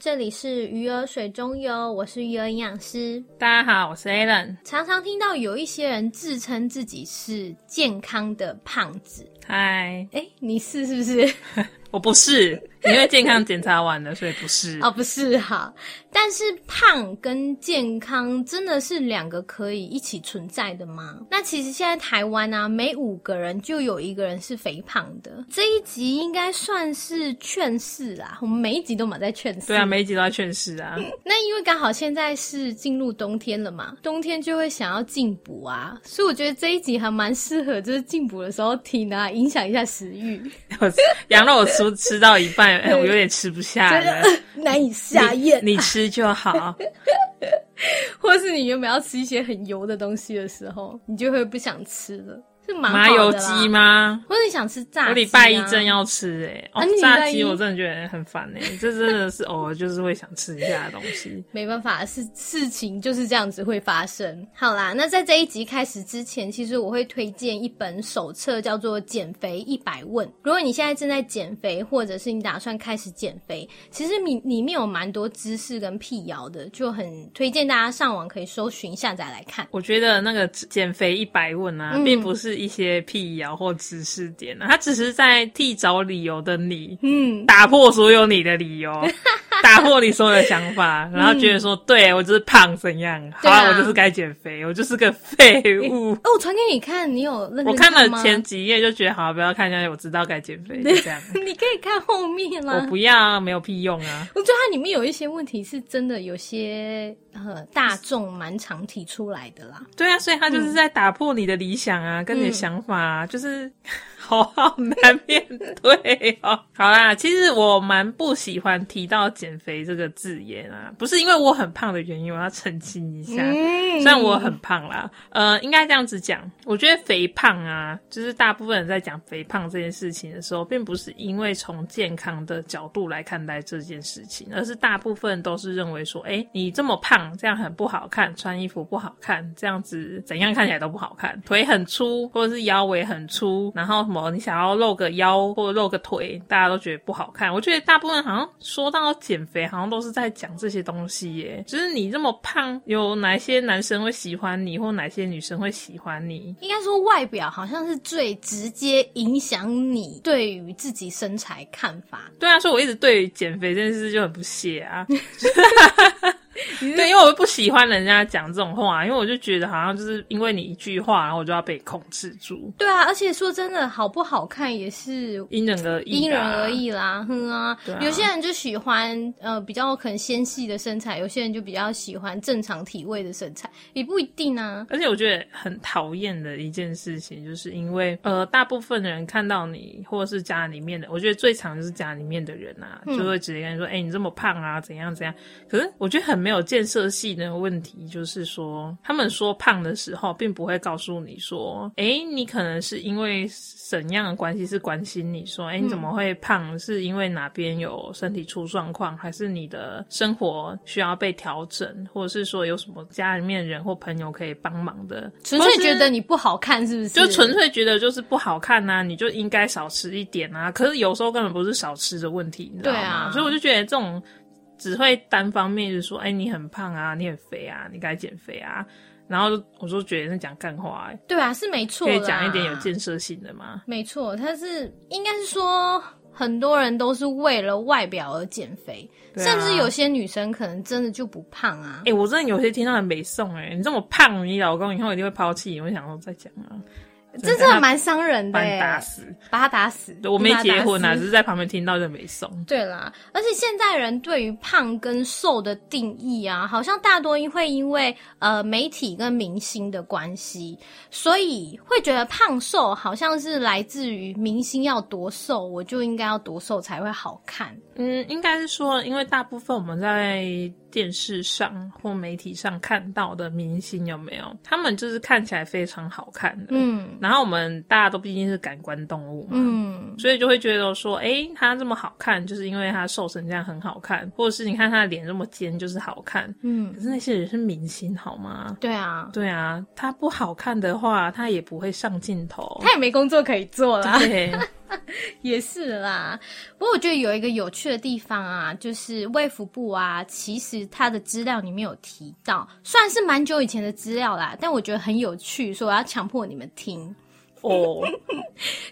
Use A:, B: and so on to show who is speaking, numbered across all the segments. A: 这里是鱼儿水中游，我是鱼儿营养师。
B: 大家好，我是 Alan。
A: 常常听到有一些人自称自己是健康的胖子，
B: 嗨，
A: 哎，你是是不 是？
B: 我不是，因为健康检查完了，所以不是。
A: 哦，不是哈。但是胖跟健康真的是两个可以一起存在的吗？那其实现在台湾啊，每五个人就有一个人是肥胖的。这一集应该算是劝世啦，我们每一集都满在劝世。
B: 对啊，每一集都在劝世啊。
A: 那因为刚好现在是进入冬天了嘛，冬天就会想要进补啊，所以我觉得这一集还蛮适合，就是进补的时候听啊，影响一下食欲，
B: 我羊肉我吃吃到一半，哎、我有点吃不下了。
A: 难以下咽。
B: 你吃 就好，
A: 或是你原本要吃一些很油的东西的时候，你就会不想吃了，是蛮
B: 麻
A: 好的
B: 油
A: 啦
B: 鸡？吗？
A: 或者你想吃炸鸡、啊？
B: 我礼拜一正要吃哎、
A: 啊
B: 哦
A: 你，礼拜
B: 炸
A: 一
B: 鸡我真的觉得很烦哎、这真的是偶尔就是会想吃一下的东西。
A: 没办法，事事情就是这样子会发生。好啦，那在这一集开始之前，其实我会推荐一本手册，叫做《减肥一百问》。如果你现在正在减肥，或者是你打算开始减肥，其实里里面有蛮多知识跟辟谣的，就很推荐大家上网可以搜寻下载来看。
B: 我觉得那个减肥一百问啊，
A: 嗯
B: 并不是一些辟谣或知识点啊，它只是在替找理由的你
A: 嗯，
B: 打破所有你的理由， 打破你所有的想法，然后觉得说，对我就是胖怎样，好
A: 嗯对啊
B: 啊，我就是该减肥，我就是个废物。
A: 哦，我传给你看，你有认真
B: 我看了
A: 吗
B: 前，几页就觉得，好，不要看下去，我知道该减肥，就这样。
A: 你可以看后面啦。
B: 我不要啊，没有屁用啊。
A: 我觉得它里面有一些问题是真的，有些呃大众蛮常提出来的啦。
B: 对啊，所以他就是在打破你的理想
A: 嗯
B: 啊，跟你的想法啊，就是 好好难面对哦。好啦，其实我蛮不喜欢提到减肥这个字眼啊，不是因为我很胖的原因，我要澄清一下。
A: 嗯
B: 虽然我很胖啦，呃，应该这样子讲，我觉得肥胖啊，就是大部分人在讲肥胖这件事情的时候，并不是因为从健康的角度来看待这件事情，而是大部分都是认为说，哎、你这么胖，这样很不好看，穿衣服不好看，这样子怎样看起来都不好看，腿很粗，或者是腰围很粗，然后什么你想要露个腰或露个腿，大家都觉得不好看。我觉得大部分好像说到减肥，好像都是在讲这些东西耶，就是你这么胖，有哪些男生会喜欢你，或哪些女生会喜欢你？
A: 应该说，外表好像是最直接影响你对于自己身材看法。
B: 对啊，所以我一直对于减肥这件事就很不屑 啊。对，因为我不喜欢人家讲这种话，因为我就觉得好像就是因为你一句话，然后我就要被控制住，
A: 对啊，而且说真的，好不好看也是
B: 因人而异、啊，
A: 因人而。异啦，哼啊，
B: 对啊
A: 有些人就喜欢呃比较可能纤细的身材，有些人就比较喜欢正常体位的身材，也不一定啊。
B: 而且我觉得很讨厌的一件事情，就是因为呃，大部分人看到你，或者是家里面的，我觉得最常就是家里面的人啊，
A: 嗯
B: 就会直接跟你说：“哎、你这么胖啊，怎样怎样。”可是我觉得很没有建设性的问题，就是说他们说胖的时候，并不会告诉你说：“哎、你可能是因为怎样的关系是关心你说，哎、
A: 嗯
B: 你怎么会胖？是因为哪边有身体出状况，还是你的生活需要被调整，或者是说有什么家里面人或朋友可以帮忙的？
A: 纯粹
B: 或是
A: 觉得你不好看，是不是？
B: 就纯粹觉得就是不好看呐、你就应该少吃一点啊。可是有时候根本不是少吃的问题，你知道吗？
A: 对啊
B: 所以我就觉得这种只会单方面就说，哎、你很胖啊，你很肥啊，你该减肥啊。然后我就觉得是讲干话、欸，
A: 对啊，是没错
B: 可
A: 啦。
B: 以讲一点有建设性的吗？
A: 没错，他是应该是说，很多人都是为了外表而减肥，
B: 对啊
A: 甚至有些女生可能真的就不胖啊
B: 哎、。我真的有些听到很美送哎、你这么胖，你老公以后一定会抛弃你。我想说再讲啊，
A: 这真的蛮伤人的、
B: 把你
A: 欸，
B: 打死。
A: 把他打死。
B: 我没结婚啊，
A: 把他打
B: 只
A: 死
B: 是在旁边听到就美送。
A: 对啦，而且现代人对于胖跟瘦的定义啊，好像大多因会因为呃媒体跟明星的关系，所以会觉得胖瘦好像是来自于明星要多瘦，我就应该要多瘦才会好看。
B: 嗯，应该是说，因为大部分我们在电视上或媒体上看到的明星有没有，他们就是看起来非常好看的。，
A: 嗯
B: 然后我们大家都毕竟是感官动物嘛，
A: 嗯，
B: 所以就会觉得说，诶、他这么好看，就是因为他瘦成这样很好看，或者是你看他的脸这么尖，就是好看。
A: 嗯
B: 可，是那些人是明星好吗？
A: 对啊，
B: 对啊，他不好看的话，他也不会上镜头。
A: 他也没工作可以做啦。
B: 对，
A: 也是啦，不过我觉得有一个有趣的地方啊，就是卫福部啊，其实它的资料里面有提到，虽然是蛮久以前的资料啦，但我觉得很有趣，所以我要强迫你们听。
B: 哦，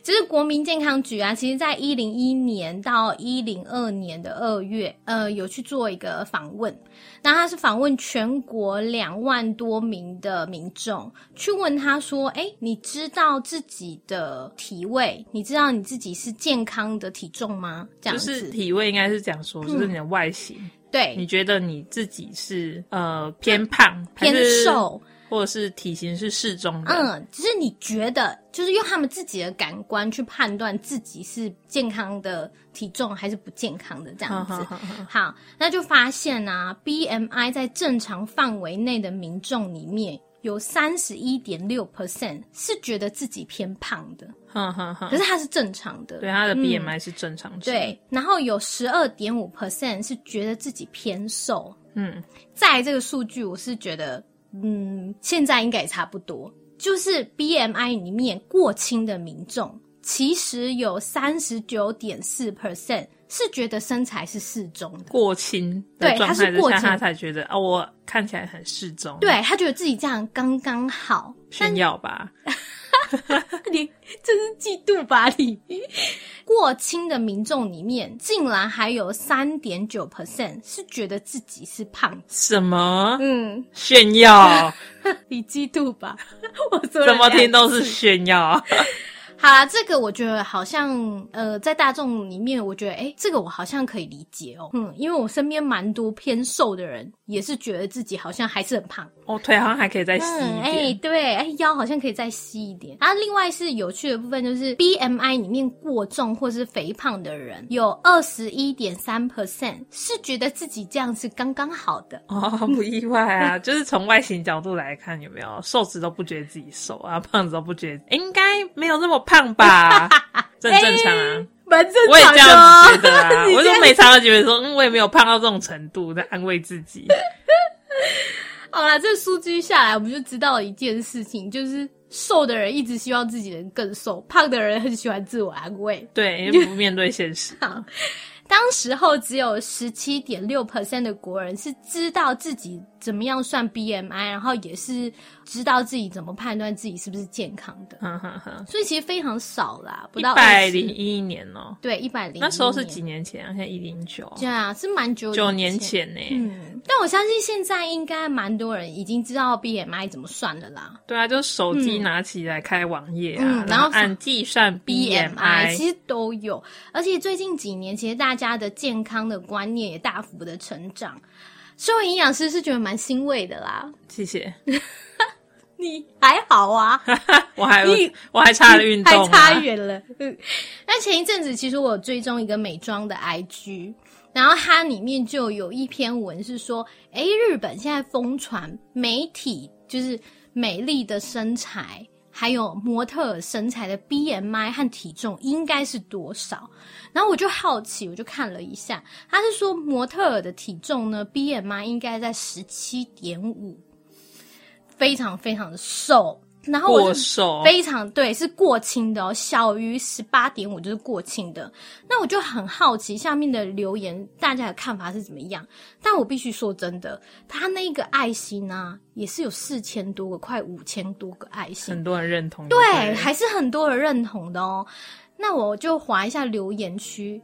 A: 就是国民健康局啊，其实在一零一年到一零二年的二月，呃，有去做一个访问。那他是访问全国两万多名的民众，去问他说：“哎，你知道自己的体位？你知道你自己是健康的体重吗？”这样
B: 就
A: 子，
B: 是体位应该是讲说，就是你的外形，
A: 对
B: 你觉得你自己是呃偏胖、
A: 偏
B: 还是
A: 瘦，
B: 或者是体型是适中的？
A: 嗯，只是你觉得，就是用他们自己的感官去判断自己是健康的体重还是不健康的这样子。
B: 好好好
A: 好，那就发现啊，BMI 在正常范围内的民众里面，有三十一点六 percent 是觉得自己偏胖的，
B: 哼哼哼
A: 可是它是正常的。
B: 嗯对，他的
A: 嗯
B: BMI 是正常值。，
A: 对，然后有十二点五 percent 是觉得自己偏瘦。
B: 嗯，
A: 再来这个数据，我是觉得，嗯，现在应该也差不多。就是 BMI 里面过轻的民众，其实有三十九点四 percent 是觉得身材是适中的。
B: 过轻的
A: 对
B: 状
A: 他是
B: 态之
A: 过
B: 下，
A: 轻
B: 他才觉得哦，我看起来很适中，，
A: 对他觉得自己这样刚刚好，
B: 炫耀吧，
A: 你这是嫉妒吧你？ 过轻的民众里面，竟然还有三点九 percent 是觉得自己是胖子，
B: 什么
A: 嗯，
B: 炫 耀？
A: 你嫉妒吧？ 我说了
B: 怎么
A: 两
B: 听都是
A: 次
B: 炫耀。
A: 好啦，这个我觉得好像呃，在大众里面，我觉得诶，这个我好像可以理解哦，嗯，因为我身边蛮多偏瘦的人，也是觉得自己好像还是很胖。
B: 哦，腿好像还可以再细
A: 嗯，
B: 一
A: 哎、
B: 点。
A: 对，哎、腰好像可以再细一点。然后另外是有趣的部分，就是 BMI 里面过重或是肥胖的人，有二十一点三 percent 是觉得自己这样是刚刚好的。
B: 哦，不意外啊，就是从外形角度来看，有没有瘦子都不觉得自己瘦啊，胖子都不觉得，应该没有那么胖吧？这很正常啊，
A: 蛮正
B: 我也
A: 常
B: 这
A: 的
B: 样子觉
A: 哎哦，
B: 得啊，
A: 你
B: 我
A: 这样
B: 就每常常觉得说，嗯，我也没有胖到这种程度，在安慰自己。
A: 好啦，这数据下来，我们就知道了一件事情，就是瘦的人一直希望自己能更瘦，胖的人很喜欢自我安慰。
B: 对，因为不面对现实。
A: 当时候只有十七点六 percent 的国人是知道自己怎么样算 BMI，然后也是知道自己怎么判断自己是不是健康的，
B: 哼哼哼，
A: 所以其实非常少啦， 不
B: 一
A: 到
B: 百
A: 20
B: 零一年哦、
A: 对一百零
B: 那时候是几？年前啊？现在一零九，
A: 对啊，是蛮久
B: 九
A: 以
B: 年。前呢、
A: 嗯，但我相信现在应该蛮多人已经知道 BMI 怎么算的啦。
B: 对啊，就手机拿起来开网页啊，
A: 嗯
B: 然
A: 然后
B: 按计算
A: BMI
B: 实
A: 其实都有，而且最近几年，其实大家的健康的观念也大幅的成长。身为营养师是觉得蛮欣慰的啦，
B: 谢谢，
A: 你还好啊，
B: 我还
A: 你
B: 我还差了运动、
A: 还
B: 啊，
A: 差远了。嗯，那前一阵子其实我有追踪一个美妆的 IG，然后它里面就有一篇文是说，诶，日本现在疯传美体，就是美丽的身材。还有模特儿身材的 BMI 和体重应该是多少？然后我就好奇，我就看了一下，他是说模特儿的体重呢，BMI 应该在十七点五，非常非常的瘦。然后我
B: 过
A: 就
B: 瘦，
A: 非常对，是过轻的哦，小于十八点五就是过轻的。那我就很好奇下面的留言大家的看法是怎么样，但我必须说真的，他那个爱心啊，也是有四千多个，快五千多个爱心，
B: 很多人认同，
A: 对，
B: 对，
A: 还是很多人认同的哦。那我就划一下留言区，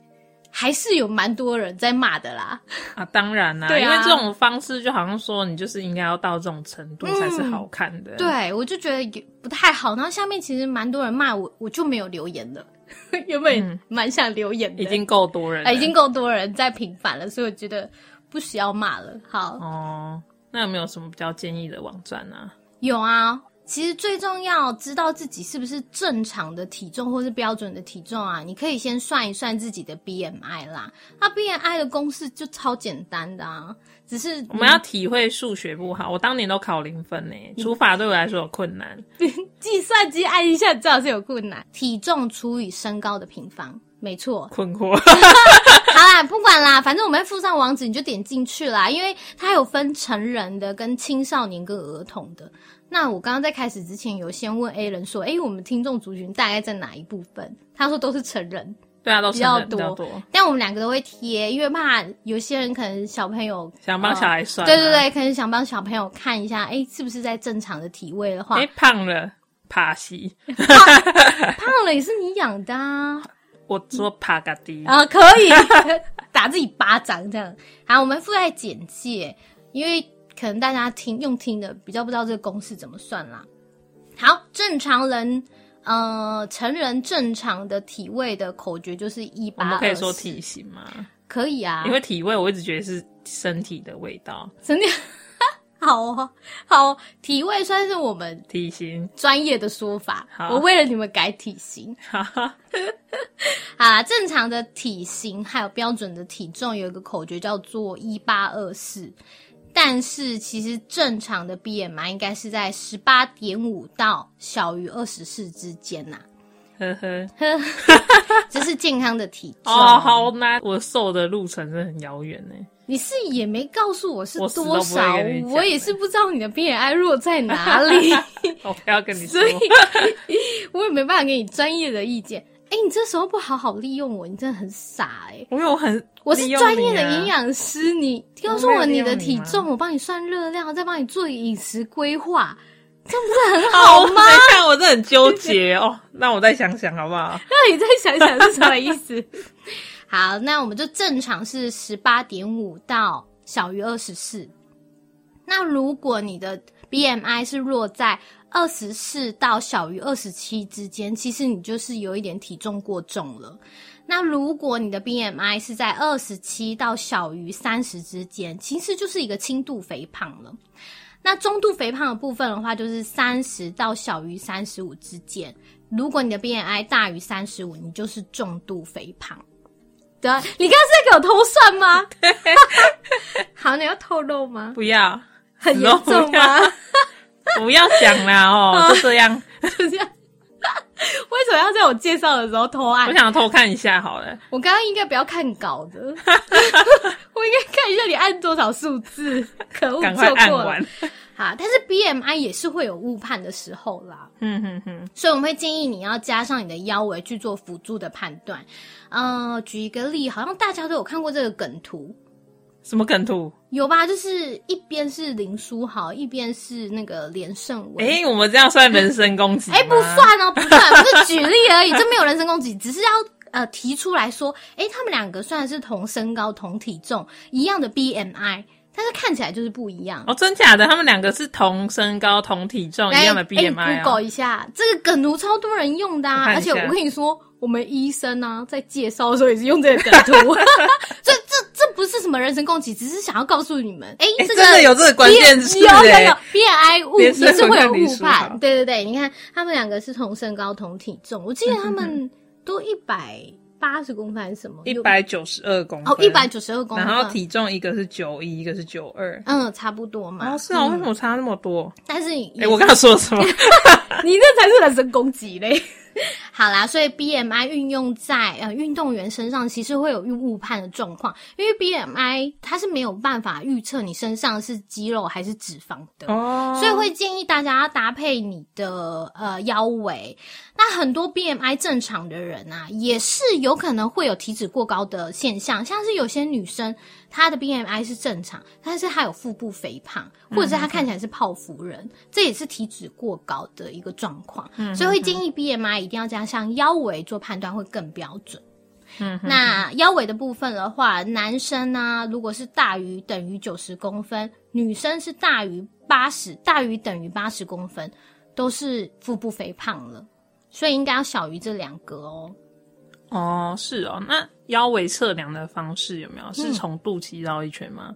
A: 还是有蛮多人在骂的啦。
B: 啊，当然啦、
A: 对啊
B: 因为这种方式就好像说你就是应该要到这种程度才是好看的，
A: 嗯对，我就觉得也不太好。然后下面其实蛮多人骂我，我就没有留言了。 原本
B: 嗯
A: 也蛮想留言的，
B: 已经够多人了，
A: 呃，已经够多人在平反了，所以我觉得不需要骂了。好，
B: 哦。那有没有什么比较建议的网站啊？
A: 有啊，其实最重要知道自己是不是正常的体重或是标准的体重啊，你可以先算一算自己的 BMI 啦。那 BMI 的公式就超简单的啊，只是
B: 我们要体会数学不好，我当年都考零分呢、
A: 嗯
B: 除法对我来说有困难。
A: 计算机按一下，知道是有困难。体重除以身高的平方，没错，
B: 困 惑。
A: 好啦，不管啦，反正我们会附上网址，你就点进去啦。因为它有分成人的、跟青少年、跟儿童的。那我刚刚在开始之前有先问 A 人说，哎、我们听众族群大概在哪一部分？他说都是成人，
B: 对啊，都
A: 比
B: 成
A: 较
B: 人比较多，
A: 但我们两个都会贴，因为怕有些人可能小朋友
B: 想帮小、孩
A: 呃
B: 算、啊
A: 对对，对，可能想帮小朋友看一下，哎、是不是在正常的体位的话，
B: 哎、胖了，帕西，
A: 胖了也是你养的啊，
B: 我说帕嘎迪，
A: 啊，可以 打自己巴掌这样。好，我们附带简介，因为可能大家听用听的比较不知道这个公式怎么算啦。好，正常人，呃，成人正常的体位的口诀就是一
B: 我
A: 八
B: 们可以说体型吗？
A: 可以啊
B: 因，为体味我一直觉得是身体的味道，
A: 真的 好哦，好哦体位算是我们
B: 体型，
A: 专业的说法
B: 好，
A: 我为了你们改体型。
B: 哈哈，
A: 好啦，正常的体型还有标准的体重有一个口诀叫做一八二四，但是其实正常的 BMI 应该是在十八点五到小于二十四之间呐、
B: 呵呵。
A: 这是健康的体重。
B: 哦，好难，我瘦的路程真的很遥远呢。
A: 你是也没告诉我是
B: 我死都不
A: 多
B: 会
A: 少，我
B: 跟你讲
A: 也是不知道你的 BMI 弱在哪里，
B: 我不哦要跟你说
A: 所，以我也没办法给你专业的意见。哎、你这时候不好好利用我，你真的很傻哎、
B: 因为我很
A: 我是
B: 利用
A: 专业的
B: 你啊
A: 营养师，你告诉我你啊的体重，我帮你算热量，再帮你做饮食规划，这样
B: 啊
A: 不是很好吗？
B: 等一下，哦我真的很纠结哦。那我再想想好不好？
A: 那你再想想是什么意思？ 好，那我们就正常是十八点五到小于二十四。那如果你的 BMI 是落在二十四到小于二十七之间，其实你就是有一点体重过重了。那如果你的 BMI 是在二十七到小于三十之间，其实就是一个轻度肥胖了。那中度肥胖的部分的话，就是三十到小于三十五之间。如果你的 BMI 大于三十五，你就是重度肥胖。对啊，你刚刚是在给我偷算吗？ 好，你要透露吗？
B: 不要，
A: 很严重吗？
B: 不要讲啦哦， 就这样。
A: 就这样。为什么要在我介绍的时候偷按
B: 我？想偷看一下好了。
A: 我刚刚应该不要看稿 的，我应该看一下你按多少数 字。可恶，
B: 赶快
A: 错
B: 按
A: 过了
B: 完。
A: 好，但是 BMI 也是会有误判的时候啦。
B: 嗯哼哼，
A: 所以我们会建议你要加上你的腰围去做辅助的判断。呃，举一个例，好像大家都有看过这个梗图，
B: 什么梗图？
A: 有吧？就是一边是林书豪，一边是那个连胜文。
B: 哎，我们这样算人身攻击吗？
A: 哎、不算哦，不算，我是举例而已，这没有人身攻击，只是要呃提出来说，哎、他们两个虽然是同身高、同体重、一样的 BMI，但是看起来就是不一样。
B: 哦，真假的？他们两个是同身高、同体重一样的
A: 哎你
B: BMI 哦
A: Google 一下，这个梗图超多人用的啊！
B: 我看
A: 而
B: 一下
A: 且我跟你说，我们医生呢、在介绍的时候也是用这个梗 图，这这这不是什么人身攻击，只是想要告诉你们，哎、
B: 哎
A: 这个
B: 真的有这个关键字
A: 有有有
B: 哎
A: BMI 误也
B: 连胜
A: 是
B: 文
A: 会有
B: 跟李
A: 误
B: 书豪
A: 判，对对对，你看他们两个是同身高同体重，我记得他们都一百八十公分还是什么，
B: 嗯一
A: 有
B: 百九十二公分啊
A: 哦一百，九十二公分，
B: 然后体重一个是九一，一个是九二。
A: 嗯差不多嘛嗯
B: 哦，，是哦，为什么差那么多？
A: 但是你
B: 哎，我刚刚说了什么？
A: 你那才是人身攻击嘞。 好啦，所以 BMI 运用在呃运动员身上，其实会有误判的状况，因为 BMI 它是没有办法预测你身上是肌肉还是脂肪的。
B: 哦，
A: 所以会建议大家搭配你的呃腰围。那很多 BMI 正常的人啊，也是有可能会有体脂过高的现象，像是有些女生她的 BMI 是正常，但是她有腹部肥胖，或者是她看起来是泡芙人，这也是体脂过高的一个状况。所以会建议 BMI 一定要加上腰围做判断，会更标准。
B: 嗯
A: 那腰围的部分的话，男生呢、如果是大于等于九十公分，女生是大于八十，大于等于八十公分，都是腹部肥胖了，所以应该要小于这两个哦。
B: 哦，是哦，那腰围测量的方式有没有是从肚脐绕一圈吗？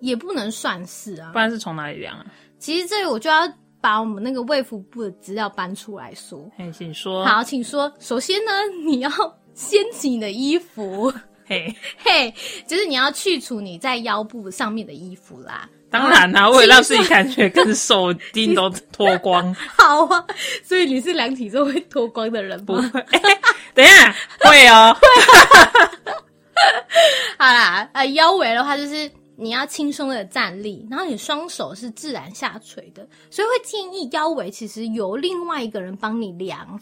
A: 也不能算是啊
B: 不，然是从哪里量啊？
A: 其实这里我就要把我们那个卫福部的资料搬出来说。
B: 嘿，请说。，
A: 好，请说。首先呢，你要掀起你的衣服，
B: 嘿，
A: 嘿，就是你要去除你在腰部上面的衣服啦。
B: 当然啦、为了让自己感觉更瘦，筋都脱光。
A: 好啊，所以你是量体重会脱光的人
B: 不
A: 吗？
B: 会，哎等一下会哦。
A: 好啦，呃，腰围的话就是你要轻松的站立，然后你双手是自然下垂的，所以会建议腰围其实由另外一个人帮你 量，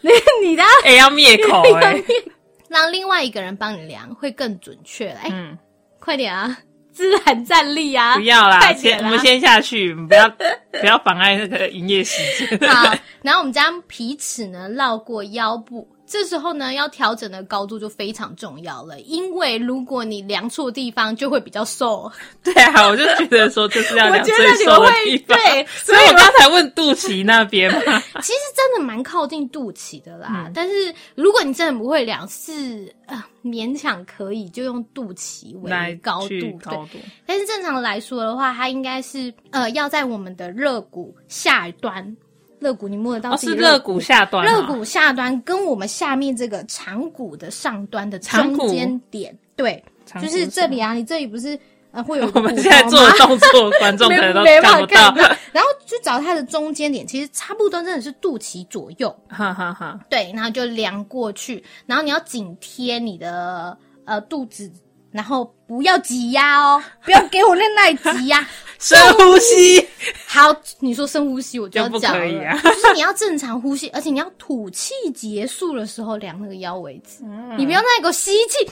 A: 你你的
B: 哎、要灭口哎、
A: 让另外一个人帮你量会更准确了。哎、
B: 嗯，
A: 快点啊，自然站立啊！
B: 不要 啦，
A: 快
B: 先
A: 点
B: 我
A: 啦
B: 们先下去，不要 不要妨碍那个营业 时间。
A: 好， 然后我们将皮尺呢绕过腰部，这时候呢要调整的高度就非常重要了，因为如果你量错地方，就会比较瘦。
B: 对啊，我就觉得说就是要
A: 我
B: 量
A: 觉
B: 最
A: 得你
B: 瘦
A: 们
B: 的
A: 会
B: 地方，
A: 对，
B: 所以我刚才问肚脐那边 嘛，
A: 其实真的蛮靠近肚脐的啦。
B: 嗯
A: 但是如果你真的不会量，是呃勉强可以就用肚脐
B: 来
A: 为高度，
B: 去
A: 对
B: 高度，
A: 但是正常来说的话，它应该是呃要在我们的肋骨下端，肋骨你摸得到
B: 哦
A: 自己
B: 是
A: 肋
B: 肋骨啊下端、
A: 肋，骨下端跟我们下面这个长骨的上端的中间点，对，
B: 长骨
A: 就是这里啊，你这里不是呃会有一个
B: 我们现在
A: 骨头
B: 做
A: 吗
B: 的动作，观众可能都
A: 没没办
B: 看
A: 法
B: 不到
A: 看，到， 然后去找它的中间点，其实差不多真的是肚脐左右，
B: 哈哈哈，
A: 对，然后就量过去，然后你要紧贴你的呃肚子，然后不要挤压哦，不要给我那那里挤压。
B: 深呼吸，
A: 好，你说深呼吸，我就要
B: 就不
A: 讲
B: 可
A: 了，
B: 以啊
A: 就是你要正常呼吸，而且你要吐气结束的时候量那个腰围尺，
B: 嗯
A: 你不要那个吸 气，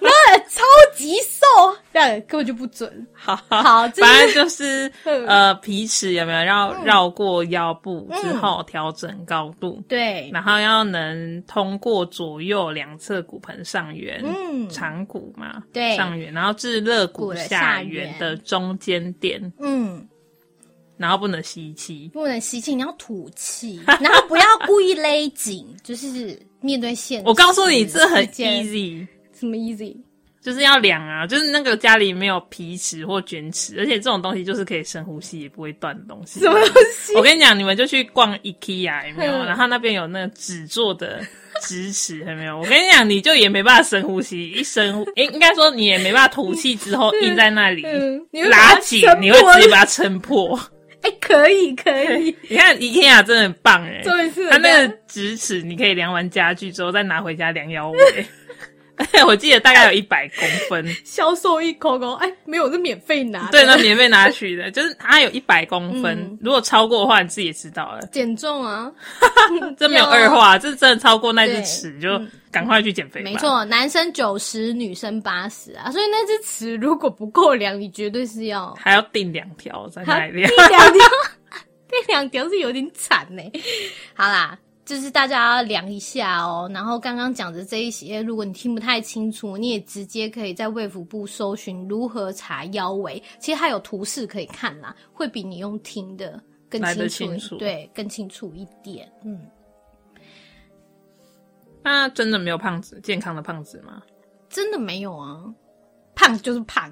A: 那超级瘦，这样根本就不准。
B: 好。
A: 好，这
B: 反
A: 是
B: 正就是
A: 嗯
B: 呃，皮尺有没有绕绕过腰部之后调整高度，
A: 对，
B: 然后要能通过左右两侧骨盆上缘，
A: 嗯
B: 长骨嘛，
A: 对
B: 上缘，然后至肋骨下缘的中间点，
A: 嗯，
B: 然后不能吸气。
A: 不能吸气，你要吐气， 然后不要故意勒紧，就是面对现实。
B: 我告诉你，这很
A: 是一件
B: easy，
A: 什么 easy？
B: 就是要量啊，就是那个家里没有皮尺或卷尺，而且这种东西就是可以深呼吸也不会断的东西。
A: 什么东西？
B: 我跟你讲，你们就去逛 IKEA 有没有？
A: 嗯
B: 然后那边有那个纸做的直尺有没有？我跟你讲，你就也没办法深呼吸，一深呼，应应该说你也没办法吐气 之后印在那里，
A: 嗯，你会把它
B: 拉紧
A: 撑，破
B: 你会直接把它撑破。
A: 哎，可以可以，
B: 你看 IKEA 真的很棒哎、
A: 做一次。
B: 它那个直尺你可以量完家具之后再拿回家量腰围。 我记得大概有一百公 分，
A: 销售一口口，哎，没有，是免费拿的。
B: 对，那免费拿取的，就是它有一百公分，
A: 嗯
B: 如果超过的话，你自己也知道了。
A: 减重啊，
B: 这没有二话，这真的超过那只尺，就赶快去减肥
A: 嗯
B: 吧。
A: 没，错，男生九十，女生八十啊，所以那只尺如果不够量，你绝对是要
B: 还要定两条再买
A: 第
B: 量。
A: 两条，第两条是有点惨呢、好啦，就是大家要量一下哦。然后刚刚讲的这一些，如果你听不太清楚，你也直接可以在卫福部搜寻如何查腰围，其实它有图示可以看啦，会比你用听的更
B: 来得
A: 清楚一，
B: 清楚
A: 对，更清楚一点。嗯，
B: 那真的没有胖子，健康的胖子吗？
A: 嗯真的没有啊，胖就是胖。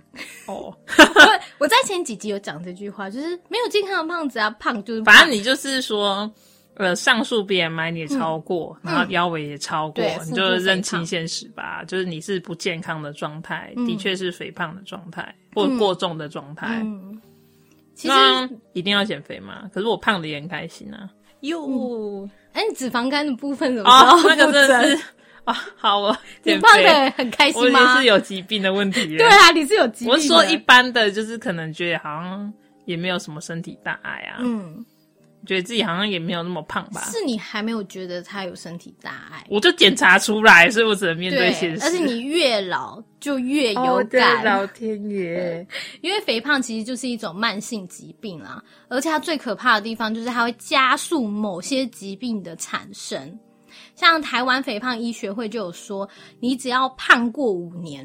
B: 哦，
A: 我我在前几集有讲这句话，就是没有健康的胖子啊，胖就是胖
B: 反正你就是说，呃，上述 BMI 你也超过，然后腰围也超过
A: 嗯对，
B: 你
A: 腹
B: 就
A: 部肥
B: 认清
A: 胖
B: 现实吧，就是你是不健康的状态，
A: 嗯
B: 的确是肥胖的状态或
A: 嗯
B: 过重的状态。
A: 嗯，其实
B: 那一定要减肥吗？可是我胖的也很开心啊。哟、
A: 哎，你脂肪肝的部分怎么
B: 哦，
A: 时候
B: 那个
A: 负
B: 真
A: 责
B: 的 是啊、好，我
A: 你
B: 减
A: 胖
B: 肥
A: 的很开
B: 我
A: 心
B: 已经
A: 吗
B: 是？有疾病的问题了。
A: 对，啊，你是有疾病的。
B: 我是说一般的，就是可能觉得好像也没有什么身体大碍啊，
A: 嗯，
B: 觉得自己好像也没有那么胖吧。
A: 是你还没有觉得他有身体大碍，
B: 我就检查出来，所以我只能面现实。
A: 而且你越老就越有
B: 哦对
A: 感，
B: 老天爷，
A: 因为肥胖其实就是一种慢性疾病啦，而且它最可怕的地方就是它会加速某些疾病的产生。像台湾肥胖医学会就有说，你只要胖过五年，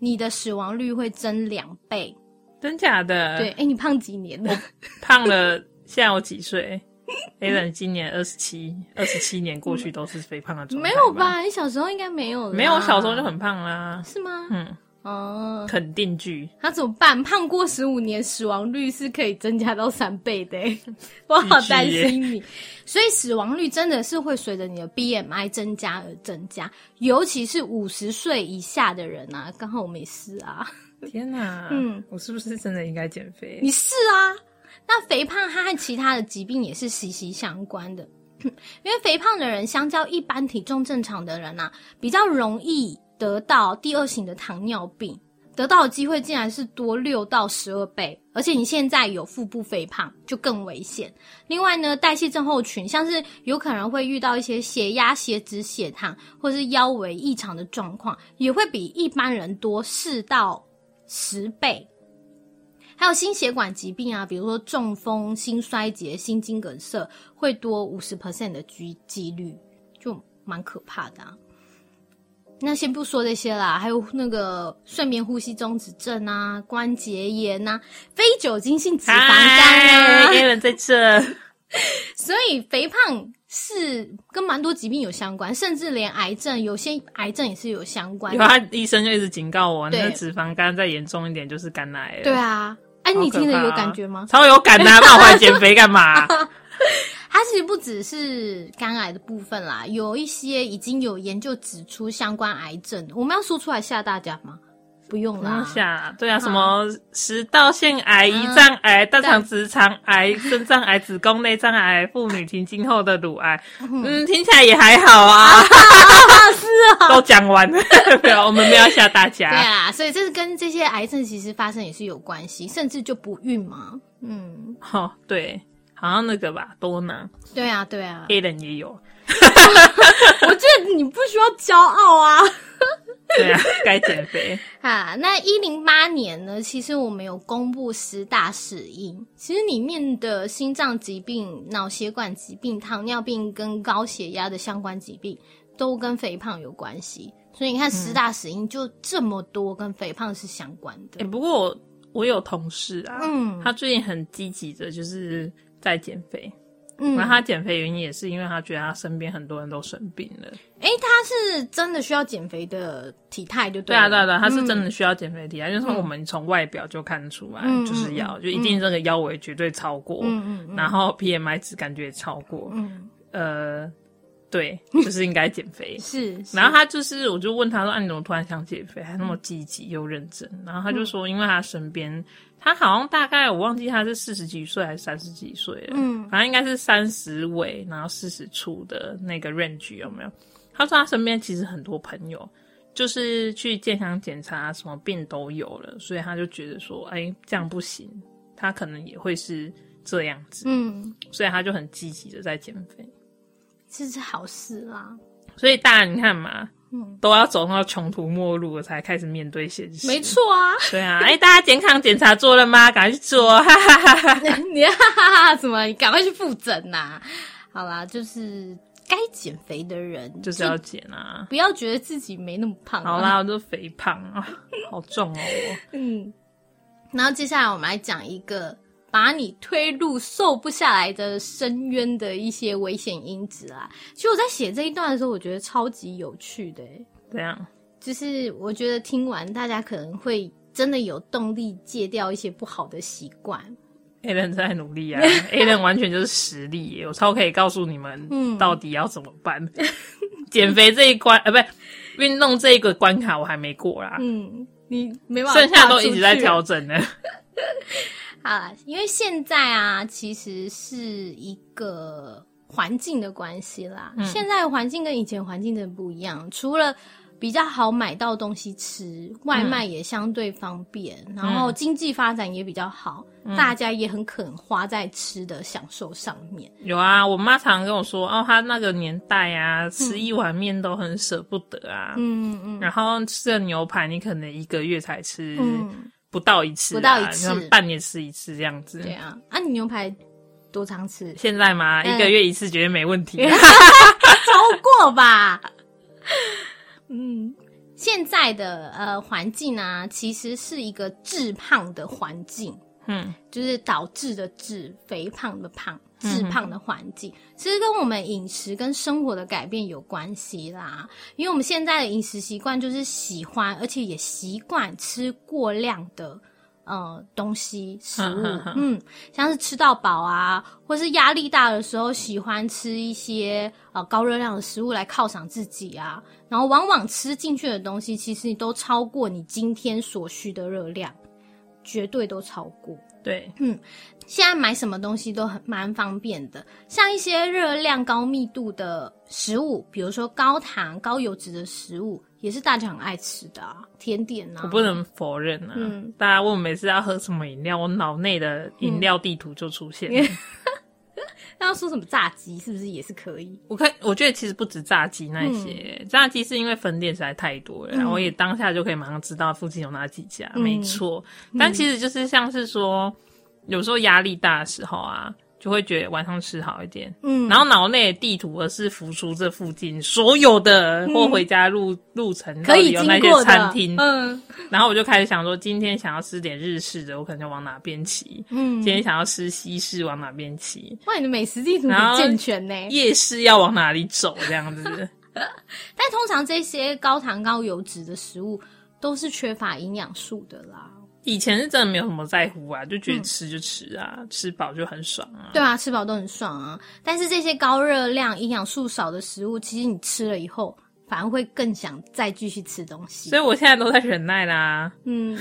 A: 你的死亡率会增两倍。
B: 真假的？
A: 对，哎、，你胖几年了？
B: 胖了。现在我几岁 a l a n 今年二十七，二十七年过去都是肥胖的状态。
A: 没有？吧？你小时候应该没有啦
B: 没有，我小时候就很胖啦。
A: 是吗？
B: 嗯，
A: 哦，
B: 肯定句，
A: 那怎么办？胖过十五年，死亡率是可以增加到三倍的、欸， 我好担心你。所以死亡率真的是会随着你的 BMI 增加而增加，尤其是五十岁以下的人啊。刚好我没事啊，
B: 天哪！
A: 嗯，
B: 我是不是真的应该减肥？
A: 你是啊。那肥胖它和其他的疾病也是息息相关的， 因为肥胖的人相较一般体重正常的人啊，比较容易得到第二型的糖尿病。得到的机会竟然是多六到十二倍，而且你现在有腹部肥胖就更危险。另外呢，代谢症候群像是有可能会遇到一些血压、血脂、血糖或是腰围异常的状况，也会比一般人多四到十倍。还有心血管疾病啊，比如说中风、心衰竭、心肌梗塞，会多五十 percent 的几几率，就蛮可怕的、啊。那先不说这些啦，还有那个睡眠呼吸中止症啊、关节炎呐、啊、非酒精性脂肪肝啊。
B: a l 在这，
A: 所以肥胖是跟蛮多疾病有相关，甚至连癌症，有些癌症也是有相关
B: 有
A: 的。
B: 啊，医生就一直警告我，
A: 对
B: 那脂肪肝再严重一点就是肝癌了。
A: 对啊，哎、
B: 好
A: 你
B: 可
A: 听了有
B: 怕
A: 感觉吗？
B: 超有感的、啊， 不然我还减肥干嘛？
A: 它其实不只是肝癌的部分啦，有一些已经有研究指出相关癌症。我们要说出来吓大家吗？不用啦
B: 当，下对啊，
A: 嗯
B: 什么食道腺癌、胰脏癌、大肠直肠癌、
A: 啊
B: 肾脏癌、子宫内脏癌、妇女停经后的乳癌，嗯，听起来也还好啊。 是啊，都讲完 了，没有，我们没有吓大
A: 哦对
B: 家。
A: 啊，所以这是跟这些癌症其实发生也是有关系，甚至就不孕嘛。嗯，
B: 哦，对，好像那个吧，多囊
A: 对啊，对啊，
B: 黑人也有，
A: 我觉得你不需要骄傲啊。
B: 对啊，该减 肥。
A: 啊，那一零八年呢，其实我们有公布十大死因，其实里面的心脏疾病、脑血管疾病、糖尿病跟高血压的相关疾病都跟肥胖有关系，所以
B: 嗯
A: 你看十大死因就这么多，跟肥胖是相关的。
B: 哎、不过我我有同事啊，
A: 嗯
B: 他最近很积极的，就是在减肥。
A: 嗯，
B: 然后他减肥原因也是因为他觉得他身边很多人都生病了。
A: 哎、他是真的需要减肥的体态，就
B: 对
A: 了
B: 啊，对啊，对啊，他是真的需要减肥体啊，就是从我们从外表就看出来，
A: 嗯
B: 就是要就一定这个腰围绝对超过，
A: 嗯嗯嗯
B: 然后 PMI 值感觉也超过，
A: 嗯，。
B: 呃，对，就是应该减肥
A: 是，是
B: 啊然后他就是，我就问他说：“啊，你怎么突然想减肥？还那么积极又认真？”然后他就说：“因为他身边，他好像大概我忘记他是四十几岁还是三十几岁了，
A: 嗯
B: 反正应该是三十尾，然后四十出的那个 range 有没有？他说他身边其实很多朋友，就是去健康检查，啊什么病都有了，所以他就觉得说，哎，这样不行，他可能也会是这样子，
A: 嗯，
B: 所以他就很积极的在减肥。
A: 这是好事啦，
B: 所以大家你看嘛，
A: 嗯
B: 都要走到穷途末路了才开始面对现实，
A: 没。错啊。
B: 对啊，哎，大家健康检查做了吗？赶快去做，哈哈哈哈。
A: 你哈哈哈什么？你赶快去复诊呐、好啦，就是该减肥的人，
B: 就是要减啊。
A: 不要觉得自己没那么胖、啊
B: 好，啦，我就肥胖啊，好重哦我。
A: 嗯。然后接下来我们来讲一个把你推入瘦不下来的深渊的一些危险因子啦。其实我在写这一段的时候，我觉得超级有趣的、欸，
B: 这样，
A: 就是我觉得听完大家可能会真的有动力戒掉一些不好的习惯。
B: a l a n 在努力啊 a l a n 完全就是实力耶，我超可以告诉你们
A: 嗯，
B: 到底要怎么办。减肥这一关，呃，不是运动这一个关卡，我还没过啦，
A: 嗯，你没办法，
B: 剩下都一直在调整呢。
A: 啊，因为现在啊，其实是一个环境的关系啦。现在的环境跟以前环境真的不一样，除了比较好买到东西吃，外卖也相对方便，然后经济发展也比较好，大家也很肯花在吃的享受上面。
B: 有啊，我妈常常跟我说，哦，她那个年代啊，吃一碗面都很舍不得啊。
A: 嗯嗯
B: 然后吃的牛排，你可能一个月才吃
A: 嗯，
B: 不到一次啊、
A: 不到一次
B: 然后半年吃一次这样子。？
A: 对啊，啊，你牛排多常吃
B: 现在嘛，
A: 嗯
B: 一个月一次绝对没问题。啊
A: 超过吧？ 嗯，现在的呃环境啊，其实是一个致胖的环境，
B: 嗯，
A: 就是导致的致肥胖的胖。致胖的环境，其实跟我们饮食跟生活的改变有关系啦。因为我们现在的饮食习惯就是喜欢，而且也习惯吃过量的呃东西食物，
B: 嗯嗯
A: 嗯，像是吃到饱啊，或是压力大的时候喜欢吃一些呃高热量的食物来犒赏自己啊。然后往往吃进去的东西，其实你都超过你今天所需的热量，绝对都超过。
B: 对，
A: 现在买什么东西都很蛮方便的，像一些热量高密度的食物，比如说高糖、高油脂的食物，也是大家很爱吃的、啊、甜点啊。
B: 我不能否认啊。
A: 嗯
B: 大家问我每次要喝什么饮料，我脑内的饮料地图就出 现了。
A: 那要说什么炸鸡，是不是也是可以？
B: 我看，我觉得其实不止炸鸡那些，
A: 嗯
B: 炸鸡是因为分店实在太多了，然后我也当下就可以马上知道附近有哪几家，
A: 嗯
B: 没错。但其实就是像是说，有时候压力大的时候啊，就会觉得晚上吃好一点，
A: 嗯，
B: 然后脑内的地图而是浮出这附近所有的或回家路、路程
A: 嗯可以
B: 到
A: 经
B: 底有哪
A: 过
B: 些
A: 的
B: 餐厅，
A: 嗯
B: 然后我就开始想说，今天想要吃点日式的，我可能就往哪边骑；
A: 嗯，
B: 今天想要吃西式，往哪边骑；
A: 哇，你的美食地图
B: 然
A: 很
B: 后
A: 健全呢、
B: 夜市要往哪里走，这样子。
A: 但通常这些高糖高油脂的食物都是缺乏营养素的啦。
B: 以前是真的没有什么在乎啊，就觉得吃就吃啊，
A: 嗯
B: 吃饱就很爽啊。
A: 对啊，吃饱都很爽啊。但是这些高热量、营养素少的食物，其实你吃了以后，反而会更想再继续吃东西。
B: 所以我现在都在忍耐啦。
A: 嗯，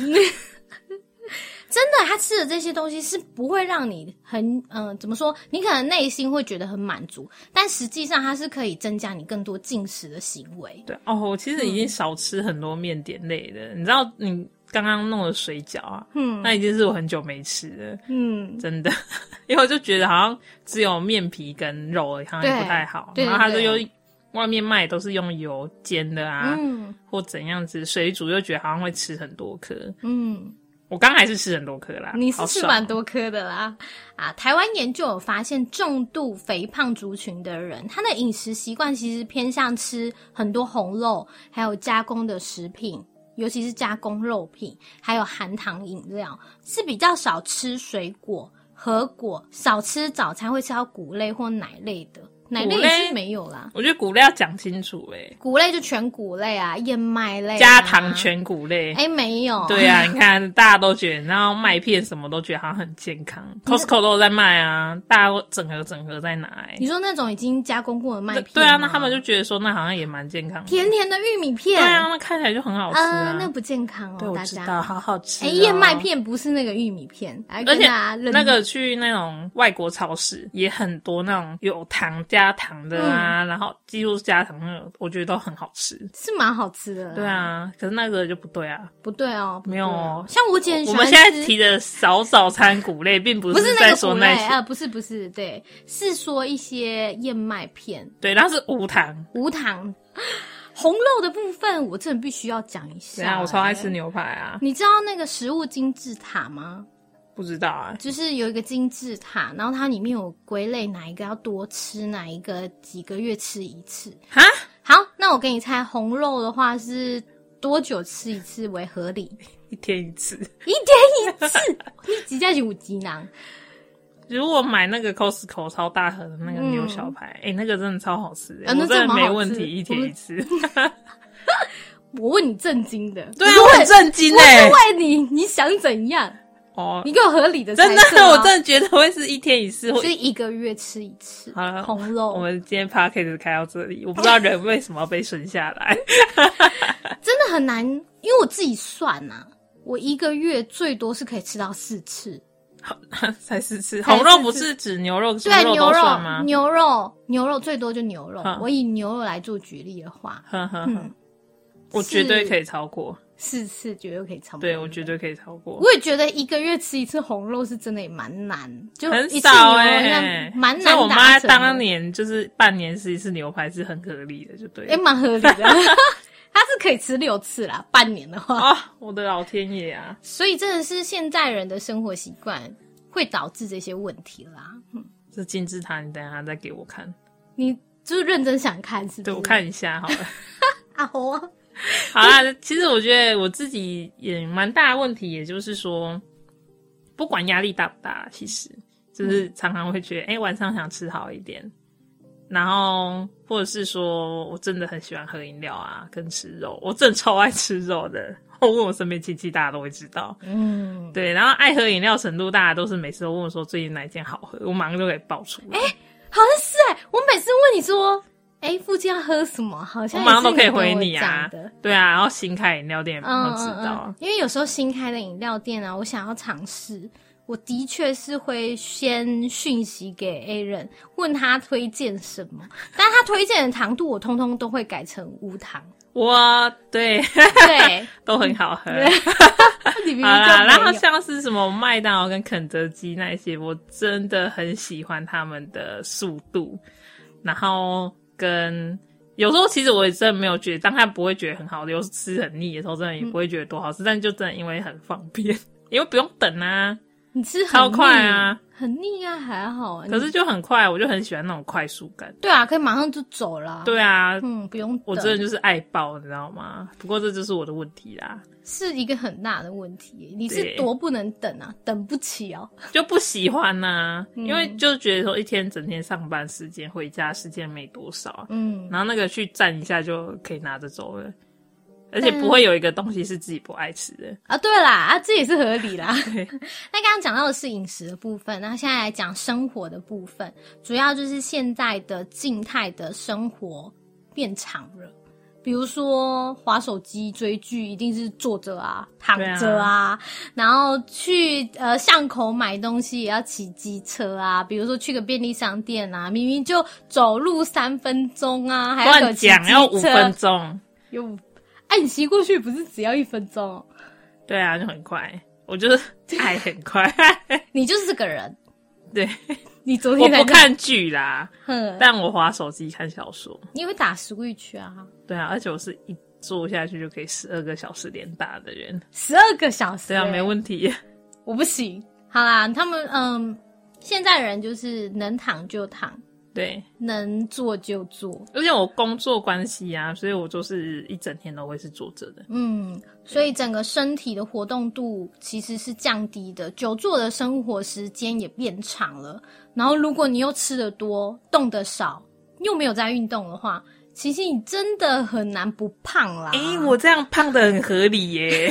A: 真的，他吃的这些东西是不会让你很嗯、呃怎么说？你可能内心会觉得很满足，但实际上它是可以增加你更多进食的行为。
B: 对哦，我其实已经少吃很多面点类的。你知道你刚刚弄的水饺啊，
A: 嗯
B: 那已经是我很久没吃的，
A: 嗯，
B: 真的。 因为我就觉得好像只有面皮跟肉而已，好像也不太好。
A: 对对
B: 然后他就
A: 对
B: 用外面卖都是用油煎的啊，
A: 嗯
B: 或怎样子水煮，又觉得好像会吃很多颗。
A: 嗯，
B: 我刚还是吃很多颗啦，
A: 你是
B: 好
A: 吃
B: 爽哦
A: 蛮多颗的啦啊！台湾研究有发现，重度肥胖族群的人，他的饮食习惯其实偏向吃很多红肉，还有加工的食品，尤其是加工肉品，还有含糖饮料，是比较少吃水果、核果，少吃早餐会吃到谷类或奶类的，奶类
B: 谷
A: 也
B: 类
A: 是没有啦。
B: 我觉得谷类要讲清楚欸诶、
A: 谷类就全谷类啊，燕麦类、啊、
B: 加糖全谷类。
A: 哎、没有，
B: 对啊，你看大家都觉得，然后麦片什么都觉得好像很健 康，Costco 都有在卖啊，大家都整合整合在拿、欸
A: 你。说那种已经加工过的麦
B: 那
A: 片吗，
B: 对啊，那他们就觉得说那好像也蛮健康的。
A: 甜甜的玉米片，
B: 对啊，那看起来就很好吃
A: 啊
B: 啊。
A: 那不健康
B: 对，
A: 哦，
B: 我
A: 大
B: 知
A: 家。
B: 道，好好吃、
A: 哎，
B: 哦。
A: 燕麦，片啊不是那个玉米片，而
B: 而且
A: 那
B: 那个去那种外国超市也很多那种有糖加糖的
A: 嗯
B: 啊，然后几乎是加糖那种，我觉得都很好吃。
A: 是蛮好吃的啦。
B: 对啊，可是那个就不对啊。
A: 不对哦，不
B: 没
A: 对
B: 有
A: 哦
B: 哦。
A: 像我姐很喜
B: 我
A: 欢
B: 们
A: 吃，
B: 现在提的少早餐谷类，并不
A: 不是那
B: 在
A: 个
B: 说
A: 谷类
B: 那些，
A: 啊，不是不是，对，是说一些燕麦片
B: 对，那是无糖。
A: 无糖。 红肉的部分，我真的必须要讲一
B: 怎
A: 下。
B: 啊样？我超爱吃。牛排啊！
A: 你知道那个食物金字塔吗？
B: 不知 道啊，
A: 就是有一个金字塔，然后它里面有归类哪一个要多吃，哪一个几个月吃一次。
B: 哈，
A: 好，那我给你猜，红肉的话是多久吃一次为合理？
B: 一天 一次。
A: 一天一次，你几加几五鸡囊？
B: 如果买那个 Costco 超大盒的那个牛小排，哎、那个真的超好吃、
A: 嗯
B: 欸，
A: 啊那
B: 我真
A: 真的
B: 的
A: 蛮好
B: 没
A: 吃
B: 问题，一天一 次。
A: 我问你震惊的，
B: 对
A: 我
B: 啊
A: 是，
B: 我
A: 问，
B: 很震惊
A: 我
B: 哎、
A: 是问你，你想怎样？
B: 哦，
A: 你给我合理的猜
B: 真的，
A: 测哦
B: 我真的觉得会是一天一次。或
A: 是一个月吃一次
B: 好了
A: 红
B: 我
A: 肉，
B: 们今天 p o d c a s t 开到这里，我不知道人为什么要被生下来。
A: 真的很难，因为我自己算呐、我一个月最多是可以吃到四次。
B: 才四次，
A: 才
B: 红肉
A: 四
B: 不
A: 次
B: 是指牛肉，
A: 对，
B: 猪肉
A: 牛
B: 都
A: 肉
B: 算吗？
A: 牛肉，牛肉最多就牛肉。
B: 嗯
A: 我以牛肉来做举例的话，
B: 呵呵呵，
A: 嗯，
B: 我绝对
A: 是
B: 可以超过，
A: 四次绝对可以差不多。
B: 对我绝对可以超过。
A: 我也觉得一个月吃一次红肉是真的也蛮难，就
B: 很
A: 一次
B: 少
A: 牛肉
B: 哎、
A: 像蛮
B: 所以我
A: 难
B: 妈
A: 达成的。
B: 当年就是半年吃一次牛排是很合理的，就对了。
A: 也蛮合理的， 它是可以吃六次啦，半年的 话。
B: 啊，我的老天爷啊！
A: 所以真的是现在人的生活习惯会导致这些问题啦。
B: 这金字塔，你等一下再给我看，
A: 你就是认真想看是不是？
B: 对我看一下好了。
A: 啊红啊，
B: 好啦，其实我觉得我自己也蛮大的问题，也就是说，不管压力大不大，其实就是
A: 嗯
B: 常常会觉得，哎、晚上想吃好一点，然后或者是说我真的很喜欢喝饮料啊，跟吃肉，我真的超爱吃肉的。我问我身边亲戚，大家都会知道。
A: 嗯，
B: 对，然后爱喝饮料程度，大家都是每次都问我说最近哪一件好喝，我马上就给爆出来。
A: 好像是哎、我每次问你说，哎、附近要喝什么，好
B: 我
A: 像
B: 马上
A: 也
B: 都
A: 是
B: 可以
A: 你跟
B: 回
A: 我
B: 你
A: 讲
B: 啊
A: 的。，
B: 对啊，然后新开饮料店也马
A: 嗯
B: 上知道
A: 嗯
B: 啊
A: 嗯，因为有时候新开的饮料店啊，我想要尝试，我我的确是会先讯息给 A 人，问他推荐什 么，但他推荐的糖度我通通都会改成无 糖。
B: 哇，对，
A: 对，
B: 都很好喝。
A: 你明明就
B: 好啦，然后
A: 没有。
B: 像是什么麦当劳跟肯德基那一些，我真的很喜欢他们的速度，然后跟有时候其实我也真的没有觉得，当它不会觉得很好有时吃很腻的时候，真的也不会觉得多好吃，但就真的因为很方便，因为不用等啊，
A: 你吃很
B: 超
A: 腻
B: 快，啊，
A: 很腻啊，还好啊。
B: 可
A: 你
B: 是就很快，我就很喜欢那种快速感。
A: 对啊，可以马上就走了。，
B: 对啊，
A: 嗯，不用等，
B: 我真的就是爱爆，你知道吗？不过这就是我的问题啦，
A: 是一个很大的问题。你是
B: 对
A: 多不能等啊，等不起哦。
B: 就不喜欢呐、
A: 嗯
B: 因为就觉得说一天整天上班时间，回家时间没多少啊，
A: 嗯，
B: 然后那个去站一下就可以拿着走了，而且
A: 但
B: 不会有一个东西是自己不爱吃的。
A: 啊，对啦，啊，这也是合理啦。 那刚刚讲到的是饮食的部分，那现在来讲生活的部分，主要就是现在的静态的生活变长了。比如说，划手机、追剧，一定是坐着啊、躺着啊，然后去呃巷口买东西也要骑机车啊。比如说去个便利商店啊，明明就走路三分钟啊，还要给我
B: 乱
A: 骑
B: 讲
A: 机
B: 要五
A: 车
B: 分，钟，
A: 有五，哎、你骑过去不是只要一分钟、哦？
B: 对啊，就很快，我就是爱很 快。
A: 你就是这个人，
B: 对，
A: 你昨
B: 我
A: 天才
B: 不，看剧啦，
A: 哼，
B: 但我划手机看小说。
A: 你会打 Switch 啊？
B: 对啊，而且我是一坐下去就可以十二个小时连打的人，
A: 十二个小时、
B: 对啊，没
A: 题，
B: 问题。
A: 我不行。好啦，他们嗯，现在人就是能躺就躺，
B: 对，
A: 能坐就坐，
B: 而且我工作关系啊，所以我就是一整天都会是坐着的。
A: 嗯，所以整个身体的活动度其实是降低的，久坐的生活时间也变长了。然后，如果你又吃的多，动的少，又没有在运动的话，其实你真的很难不胖啦。
B: 诶、我这样胖的很合理 耶，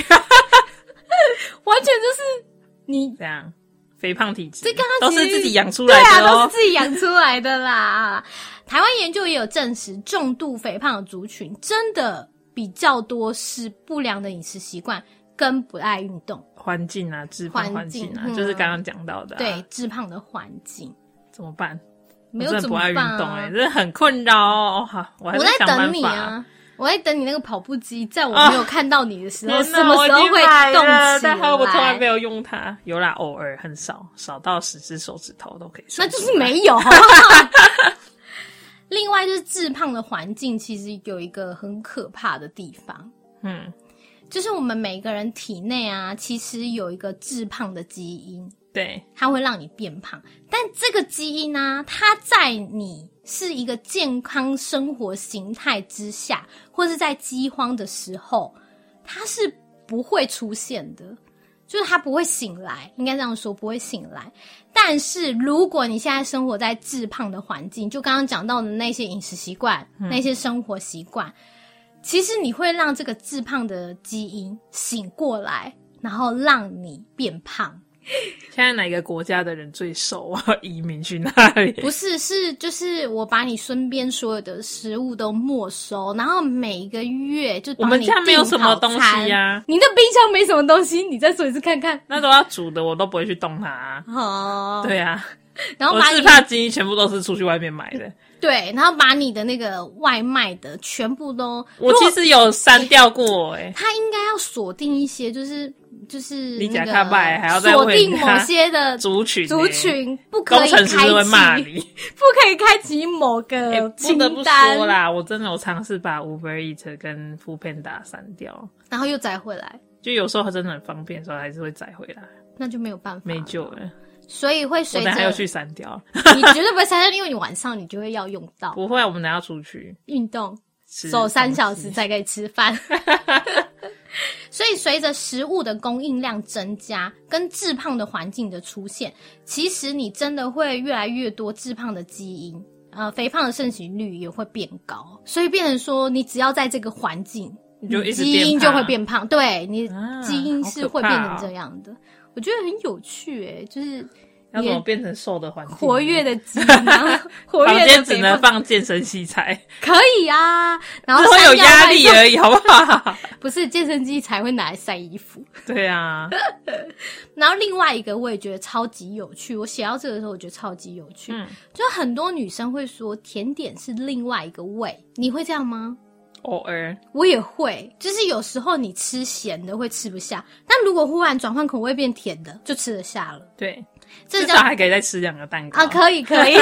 A: 完全就是你
B: 这样肥胖体质，
A: 这刚刚
B: 都
A: 其
B: 是
A: 实
B: 自己养出来的
A: 对啊，
B: 哦
A: 都。是自己养出来的啦。 台湾研究也有证实，重度肥胖的族群真的比较多是不良的饮食习惯跟不爱运动，
B: 环境啊，脂肪环境啊，
A: 环境嗯
B: 就是刚刚讲到的、啊。
A: 对，致胖的环境。
B: 怎么办？
A: 没
B: 我
A: 有
B: 真
A: 怎
B: 的不
A: 么
B: 爱运
A: 办、
B: 动哎、
A: 啊？
B: 真的很困扰哦。好，我还
A: 我
B: 是
A: 在
B: 想办
A: 等你
B: 法。
A: 啊，我在等你那个跑步机，在我
B: 啊
A: 没有看到你的时候，
B: 天
A: 什
B: 哪
A: 么时候
B: 我已
A: 会
B: 经买
A: 动
B: 了
A: 起
B: 但还有我从来没
A: 来？
B: 有用它，有啦，偶尔很少，少到十只手指头都可以数出
A: 那
B: 来。
A: 就是没有，好不好？ 另外就是致胖的环境，其实有一个很可怕的地方，
B: 嗯，
A: 就是我们每个人体内啊，其实有一个致胖的基因，
B: 对，
A: 它会让你变胖。但这个基因呢、它在你是一个健康生活形态之下，或是在饥荒的时候，它是不会出现的。就是它不会醒来，应该这样说，不会醒来。但是如果你现在生活在致胖的环境，就刚刚讲到的那些饮食习惯、那些生活习惯，其实你会让这个致胖的基因醒过来，然后让你变胖。
B: 现在哪个国家的人最瘦？我要移民去那里。
A: 不是，是就是我把你身边所有的食物都没收，然后每个月就
B: 我们家没有什么东西啊
A: 呀、
B: 呀、
A: 你的冰箱没什么东西，你再说一次看看。
B: 那都要煮的，我都不会去动它、啊。
A: 哦，
B: 对啊，
A: 然后
B: 我
A: 把
B: 是
A: 你
B: 怕基因全部都是出去外面买 的。
A: 对，然后把你的那个外卖的全部都，
B: 我其实有删掉过、欸，
A: 他应该要锁定一些，就是就是
B: 你
A: 那
B: 假
A: 个
B: 卡拜还要再
A: 锁
B: 问
A: 定某
B: 他
A: 些 的
B: 族群、欸、
A: 族群，不可
B: 工
A: 以
B: 程
A: 开
B: 师
A: 启，
B: 会骂你。
A: 不可以开启某
B: 欸
A: 个
B: 不
A: 清
B: 得不
A: 单，
B: 说啦，我真的有尝试把 Uber Eat 跟 f o o Panda 删掉，
A: 然后又载回来，
B: 就有时候真的很方便的时候还是会载回来，
A: 那就没有办法，
B: 没救了。
A: 所以会
B: 我
A: 随
B: 等
A: 着
B: 下还要去删掉，
A: 你绝对不会删掉，因为你晚上你就会要用到
B: 不会，我们等下要出去
A: 运动，
B: 吃
A: 走三小
B: 东
A: 时
B: 西。
A: 才可以吃饭。 所以，随着食物的供应量增加，跟致胖的环境的出现，其实你真的会越来越多致胖的基因，呃，肥胖的盛行率也会变高。所以，变成说，你只要在这个环境，
B: 你就一直
A: 基因
B: 变
A: 就
B: 胖
A: 会变胖，对你
B: 啊
A: 基因是会
B: 好可
A: 变
B: 怕
A: 成
B: 哦
A: 这样的。我觉得很有趣、诶，就是
B: 要怎
A: 也
B: 么变成瘦的环境？
A: 活跃的基因、啊，活
B: 房
A: 跃的
B: 间只
A: 肥
B: 能
A: 胖
B: 放健身器材，
A: 可以啊，然后
B: 这会有
A: 晒掉
B: 压
A: 外
B: 力
A: 套
B: 而已，好不好？
A: 不是健身机才会拿来晒衣服。
B: 对啊，
A: 然后另外一个我也觉得超级有趣，我写到这个的时候我觉得超级有趣，
B: 嗯
A: 就很多女生会说甜点是另外一个味，你会这样吗？
B: 偶尔
A: 我也会，就是有时候你吃咸的会吃不下，但如果忽然转换口味变甜的，就吃得下了。
B: 对，
A: 这
B: 至
A: 叫
B: 少还可以再吃两个蛋糕
A: 啊，可以可以，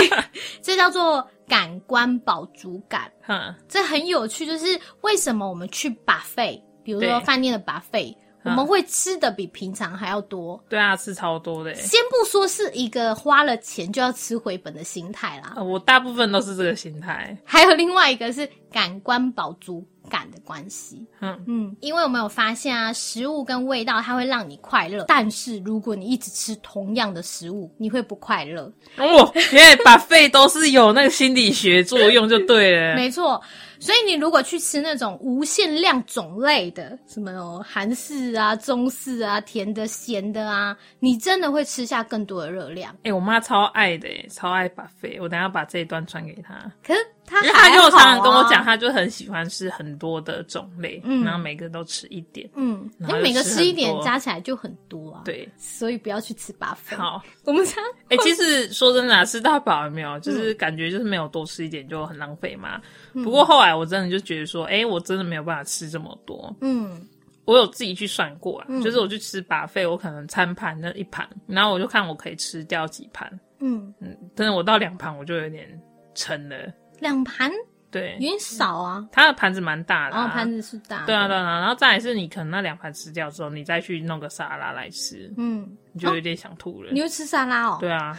A: 这叫做感官饱足感，
B: 哼
A: 这很有趣。就是为什么我们去 buffet，比如说
B: 对嗯
A: 饭店的 buffet，我们会吃的比平常还要多。
B: 对啊，吃超多的欸、
A: 先不说是一个花了钱就要吃回本的心态啦，
B: 呃我大部分都是这个心态。
A: 还有另外一个是感官饱足感的关系。
B: 嗯，
A: 嗯，因为我们有发现啊，食物跟味道它会让你快乐，但是如果你一直吃同样的食物，你会不快乐。
B: 哦，因为把肺都是有那个心理学作用就对了。
A: 没错，所以你如果去吃那种无限量种类的，什么韩式啊、中式啊、甜的、咸的啊，你真的会吃下更多的热量。
B: 哎、我妈超爱的、欸，超爱把肺。我等一下把这一段传给她，
A: 可是它
B: 因为
A: 啊还
B: 她就
A: 好、
B: 常
A: 啊、
B: 常跟我讲，，她就很喜欢吃很多的种类，
A: 嗯
B: 然后每个都吃一点。
A: 嗯，
B: 然
A: 你
B: 后就
A: 每个
B: 吃
A: 吃
B: 很
A: 一点
B: 多
A: 加起来就很多啊。，
B: 对，
A: 所以不要去吃巴菲。，
B: 好，
A: 我们常
B: 哎、其实说真的啊，吃到饱有没有，
A: 嗯
B: 就是感觉就是没有多吃一点就很浪费嘛。不过后来我真的就觉得说，哎、我真的没有办法吃这么多。
A: 嗯
B: 我有自己去算过啊，就是我去吃把费，我可能餐盘那一盘，然后我就看我可以吃掉几盘，
A: 嗯，
B: 嗯，但是我到两盘我就有点撑了。
A: 两盘
B: 对
A: 有，点少啊，
B: 它的盘子蛮大的、
A: 然
B: 啊，
A: 后哦盘子是大的。
B: 对啊对啊，对啊然后再来是你可能那两盘吃掉之后，你再去弄个沙拉来吃，
A: 嗯，
B: 你就有点想吐了。
A: 你会吃沙拉哦？
B: 对啊，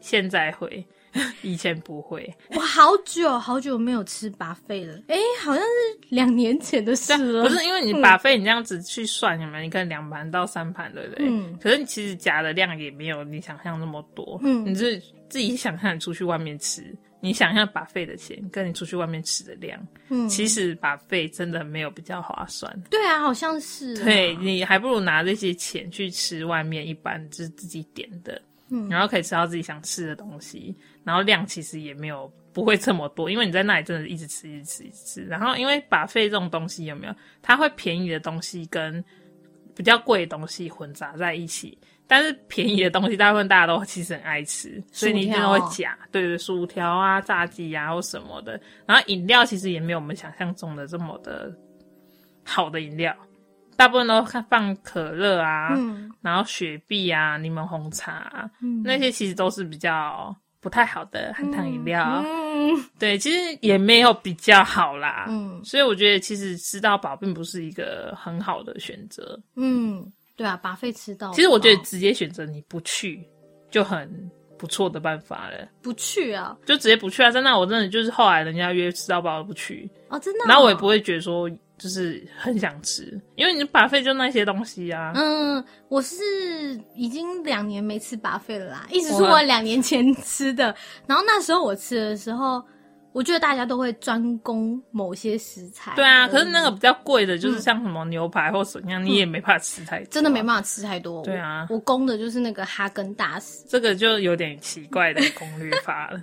B: 现在会，以前不会。
A: 我好久哦好久没有吃巴菲了，诶，好像是两年前的事了。
B: 不是因为你把费你这样子去算，你们你可能两盘到三盘，对不对？
A: 嗯
B: 可是你其实夹的量也没有你想象那么多。
A: 嗯
B: 你是自己想象你出去外面吃，你想象把费的钱跟你出去外面吃的量，
A: 嗯
B: 其实把费真的没有比较划算。
A: 对啊，好像是、
B: 对，你还不如拿这些钱去吃外面一般就是自己点的，
A: 嗯
B: 然后可以吃到自己想吃的东西，然后量其实也没有不会这么多，因为你在那里真的一直吃一直吃一直吃，然后因为把费这种东西有没有，它会便宜的东西跟比较贵的东西混杂在一起。但是便宜的东西，大部分大家都其实很爱吃， 所以你一定都会
A: 薯条
B: 夹，对对，薯条啊、炸鸡啊或什么的。然后饮料其实也没有我们想象中的这么的好的饮料，大部分都看放可乐啊，
A: 嗯
B: 然后雪碧啊、柠檬红茶、啊
A: 嗯
B: 那些，其实都是比较不太好的含糖饮料。
A: 嗯
B: 对，其实也没有比较好啦。
A: 嗯
B: 所以我觉得其实吃到饱并不是一个很好的选择。
A: 嗯，对啊，巴菲吃到饱。
B: 其实我觉得直接选择你不去就很不错的办法了，
A: 不去啊，
B: 就直接不去啊！真的，我真的就是后来人家约吃到饱我不去，
A: 哦，真的、
B: 然后我也不。会觉得说就是很想吃，因为你把费就那些东西啊。
A: 嗯，我是已经两年没吃巴菲了啦，一直是
B: 哇
A: 我两年前吃的。然后那时候我吃的时候，我觉得大家都会专攻某些食材。
B: 对啊，可是那个比较贵的，就是像什么牛排或怎样，你也没办法吃太多啊
A: 嗯真的没办法吃太多。
B: 对啊
A: 我我攻的就是那个哈根达斯，
B: 这个就有点奇怪的攻略法 了。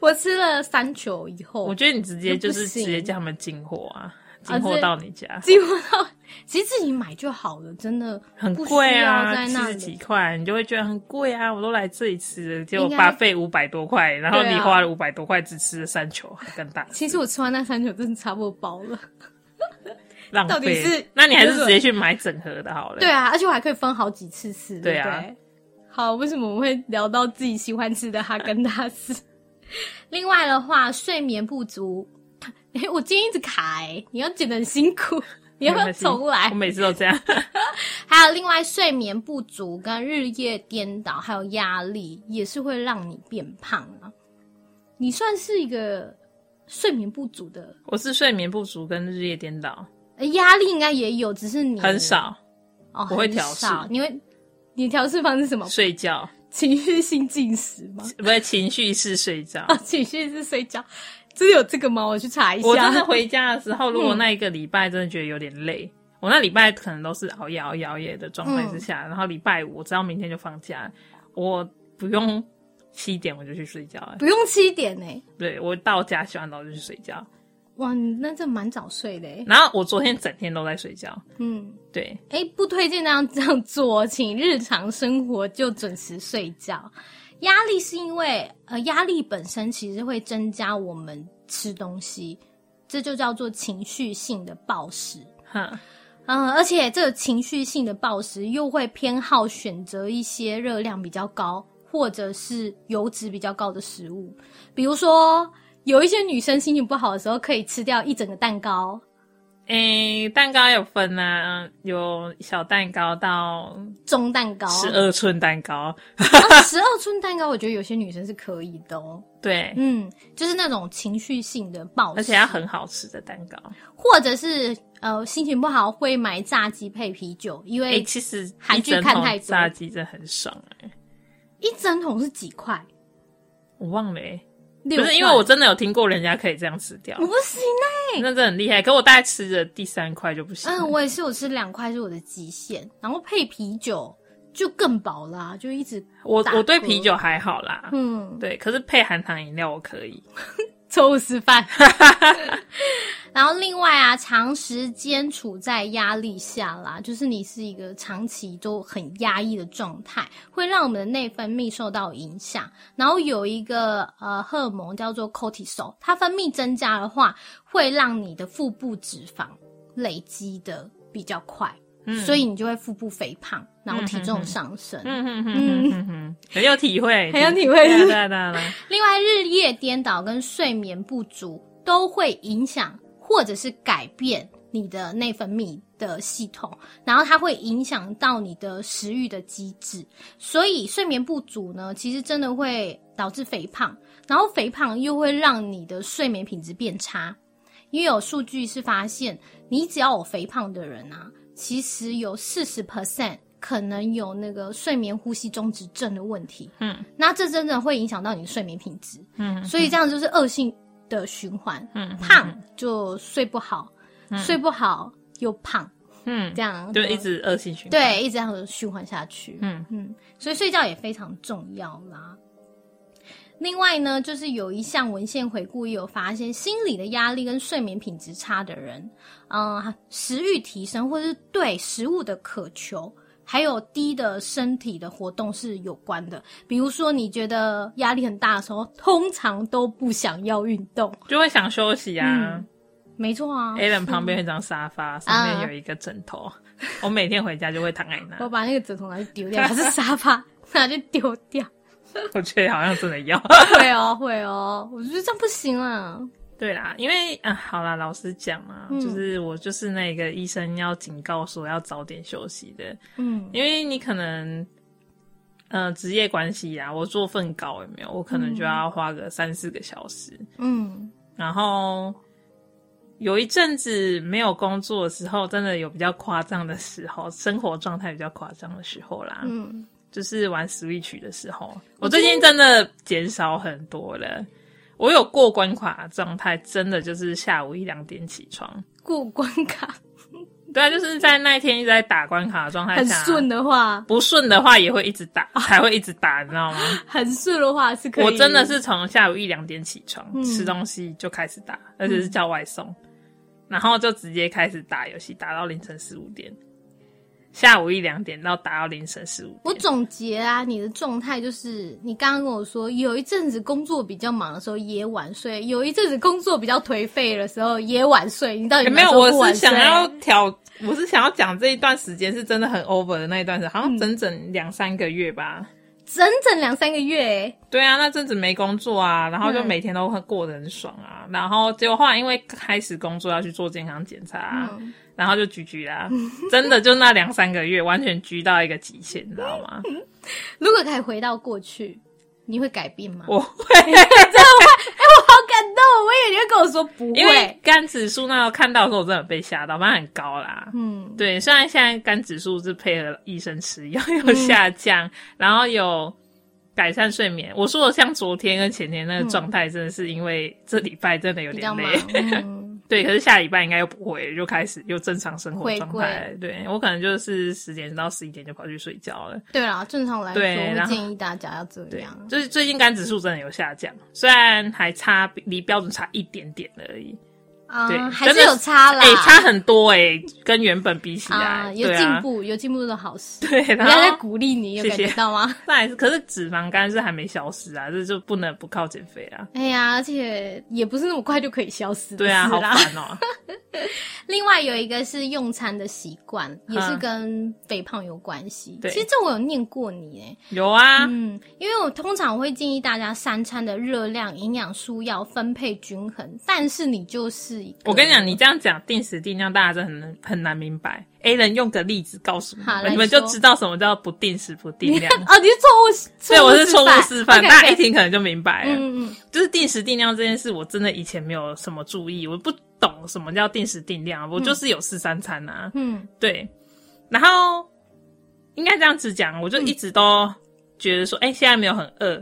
A: 我吃了三球以后，
B: 我觉得你直接
A: 就
B: 就
A: 不
B: 是直
A: 行
B: 接叫他们进货啊，
A: 啊
B: 进货
A: 这
B: 到你家，
A: 几乎到，其实自己买就好了，真的
B: 很
A: 不需
B: 贵
A: 要
B: 啊，
A: 在
B: 七
A: 那
B: 十几
A: 里。
B: 块，你就会觉得很贵啊。我都来这里吃了，结果
A: 应该
B: 巴费五百多块，然后
A: 对啊
B: 你花了五百多块只吃了三球，还更大，
A: 其实我吃完那三球真的差不多饱了。
B: 浪
A: 到底
B: 费。
A: 是
B: 那你还是
A: 就是
B: 直接去买整盒 的好了。
A: 对啊，而且我还可以分好几次吃，对
B: 对
A: 不
B: 啊
A: 对？好，为什么我们会聊到自己喜欢吃的哈根达斯？ 另外的话，睡眠不足， 哎、我今天一直卡、哎，你要剪得很辛苦，你要不
B: 没
A: 要
B: 关系，
A: 重来
B: 我？每次都这样。
A: 还有另外睡眠不足、跟日夜颠倒，还有压力，也是会让你变胖啊。你算是一个睡眠不足的，
B: 我是睡眠不足跟日夜颠倒，
A: 呃压力应该也有，只是你
B: 很少
A: 哦，
B: 我会
A: 很
B: 调试
A: 少你会你调试方式是什么？
B: 睡觉，
A: 情绪性进食吗？
B: 不是情绪是睡觉。
A: 啊，情绪是睡觉，真的有这个吗？我去查一下。嗯
B: 我 真的回家的时候，如果那一个礼拜真的觉得有点累，我那礼拜可能都是熬夜、熬夜、熬夜的状态之
A: 嗯
B: 下，然后礼拜五我知道明天就放假，我不用七点我就去睡觉、欸，
A: 不用七点呢、
B: 对我到家洗完澡就去睡觉，
A: 哇，你那这蛮早睡的诶。
B: 然后我昨天整天都在睡觉，
A: 嗯，
B: 对，
A: 哎，不推荐大家这样做，请日常生活就准时睡觉。压力是因为呃，压力本身其实会增加我们吃东西，这就叫做情绪性的暴食。
B: 哈，
A: 嗯，而且这个情绪性的暴食又会偏好选择一些热量比较高或者是油脂比较高的食物，比如说有一些女生心情不好的时候可以吃掉一整个蛋糕，
B: 诶，蛋糕有分啊，有小蛋糕到
A: 中蛋糕，
B: 十二寸蛋糕，
A: 十二寸蛋糕，我觉得有些女生是可以的哦。
B: 对，
A: 嗯，就是那种情绪性的暴食，
B: 而且要很好吃的蛋糕。
A: 或者是呃心情不好会买炸鸡配啤酒，因
B: 哎、
A: 为
B: 其实一
A: 韩剧
B: 整
A: 看
B: 桶
A: 太多
B: 炸鸡真的很爽哎、
A: 一整桶是几块，
B: 我忘了、欸，
A: 六
B: 不是因为
A: 块
B: 我真的有听过人家可以这样吃掉
A: 我，不行啊
B: 那真的很厉害。可我大概吃的第三块就不行了，
A: 嗯，我也是，我吃两块是我的极限，然后配啤酒就更饱啦，就一直
B: 我
A: 打嗝
B: 我对啤酒还好啦，
A: 嗯
B: 对，可是配含糖饮料我可以。
A: 中午吃 饭。 然后另外啊，长时间处在压力下啦，就是你是一个长期都很压抑的状态，会让我们的内分泌受到影响。然后有一个呃荷尔蒙叫做 cortisol，它分泌增加的话，会让你的腹部脂肪累积的比较快。
B: 嗯
A: 所以你就会腹部肥胖，然后体重上升。
B: 嗯哼哼哼哼哼，很有体会，
A: 很有体会
B: 对
A: 是
B: 啊
A: 不是
B: 对啊对啊对啊
A: 另外，日夜颠倒跟睡眠不足都会影响或者是改变你的内分泌的系统，然后它会影响到你的食欲的机制。所以，睡眠不足呢，其实真的会导致肥胖，然后肥胖又会让你的睡眠品质变差。因为有数据是发现，你只要有肥胖的人啊，其实有四十 percent 可能有那个睡眠呼吸中止症的问题。
B: 嗯，
A: 那这真的会影响到你的睡眠品质。
B: 嗯，
A: 所以这样就是恶性的循环。
B: 嗯
A: 胖就睡不好，睡不好又胖，
B: 嗯，
A: 这样
B: 就一直恶性循环。，
A: 对，一直这样子循环下去。
B: 嗯
A: 嗯，所以睡觉也非常重要啦。另外呢，就是有一项文献回顾也有发现，心理的压力跟睡眠品质差的人，嗯、食欲提升或是对食物的渴求，还有低的身体的活动是有关的。比如说，你觉得压力很大的时候，通常都不想要运动。
B: 就会想休息啊。
A: 嗯没错啊
B: a l a n 旁边有一张沙发，上面有一个枕头，我每天回家就会躺在那
A: 我。把那个枕头拿去丢掉，还是沙发 拿去丢掉。
B: 我觉得好像真的要。
A: 会哦，会哦，我觉得这样不行啊啦。
B: 对啦，因为啊，好啦，老实讲啊，
A: 嗯
B: 就是我就是那个医生要警告说要早点休息的，
A: 嗯
B: 因为你可能，呃，职业关系啊，我做份稿有没有？我可能就要花个三四个小时，
A: 嗯
B: 然后有一阵子没有工作的时候，真的有比较夸张的时候，生活状态比较夸张的时候啦，
A: 嗯，
B: 就是玩 Switch 的时候，我最近真的减少很多了。我有过关卡的状态，真的就是下午一两点起床。
A: 过关 卡
B: 对啊，就是在那一天一直在打关卡的状态
A: 很
B: 下，
A: 顺的话，
B: 不顺的话也会一直 打，才会一直打，你知道吗？
A: 很顺的话是可以。
B: 我真的是从下午一两点起床、
A: 嗯
B: 吃东西就开始打，而且是叫外送，然后就直接开始打游戏，打到凌晨十五点，下午一两点到打到凌晨十五
A: 我
B: 点。
A: 总结啊，你的状态就是，你刚刚跟我说，有一阵子工作比较忙的时候也晚睡，有一阵子工作比较颓废的时候也晚睡。你到底
B: 欸没有，
A: 哪时候不
B: 我
A: 晚
B: 是
A: 睡
B: 想要调，我是想要讲这一段时间是真的很 over 的那一段时间，
A: 嗯
B: 好像整整两三个月吧。
A: 整整两三个月、欸，
B: 对啊，那阵子没工作啊，然后就
A: 嗯
B: 每天都很过得很爽啊，然后结果后来因为开始工作要去做健康检查、啊，
A: 嗯
B: 然后就局局啦，真的就那两三个月，完全局到一个极限，你知道 吗？
A: 如果可以回到过去，你会改变吗？我
B: 我会，
A: 好感动，我以为你会跟我说不
B: 因为
A: 会。
B: 肝指数那时候看到的时候，我真的被吓到，反正很高啦。
A: 嗯
B: 对，虽然现在肝指数是配合医生吃药有下降，
A: 嗯
B: 然后有改善睡眠。我说的像昨天跟前天那个状态，真的是因为这礼拜真的有
A: 比
B: 点
A: 较忙
B: 累。。
A: 嗯
B: 对，可是下礼拜应该又不会，又开始又正常生活
A: 回
B: 状
A: 归
B: 态。对我可能就是十点到十一点就跑去睡觉了。
A: 对啦，正常来说
B: 对
A: 会
B: 然后
A: 建议大家要这
B: 对
A: 样，。
B: 就是最近肝指数真的有下降，虽然还差比离标准差一点点而已。
A: 啊、
B: 对
A: 还是
B: 真的
A: 有差啦，
B: 哎、差很多哎、跟原本比起来，
A: 啊，有
B: 对
A: 进
B: 啊，
A: 步，有进步的好事。
B: 对，
A: 人
B: 然
A: 家在
B: 后
A: 鼓励你，有
B: 谢
A: 感
B: 谢
A: 觉到吗？
B: 再来是，可是脂肪肝是还没消失啊，这就不能不靠减肥 啊。
A: 哎呀，而且也不是那么快就可以消失的
B: 对啊，
A: 事
B: 好
A: 啦。
B: 烦哦、
A: 另外有一个是用餐的习惯，也是
B: 嗯
A: 跟肥胖有关系。
B: 对
A: 其实这我有念过你哎、
B: 有啊，
A: 嗯，因为我通常会建议大家三餐的热量、营养素要分配均衡，但是你就是一个
B: 我跟你 讲，你这样讲定时定量，大家真的很难很难明白。A 人用个例子告诉你
A: 好来
B: 们，你们就
A: 说
B: 知道什么叫不定时不 定量。
A: 啊，你是错误，
B: 对，我是错误示范，大家一啊
A: 听，
B: 听可能就明白了。
A: 嗯嗯
B: 就是定时定量这件事，我真的以前没有什么注意，我不懂什么叫定时定量，我就是有吃三餐啊。
A: 嗯，
B: 对，然后应该这样子讲，我就一直都觉得说，哎、现在没有很饿，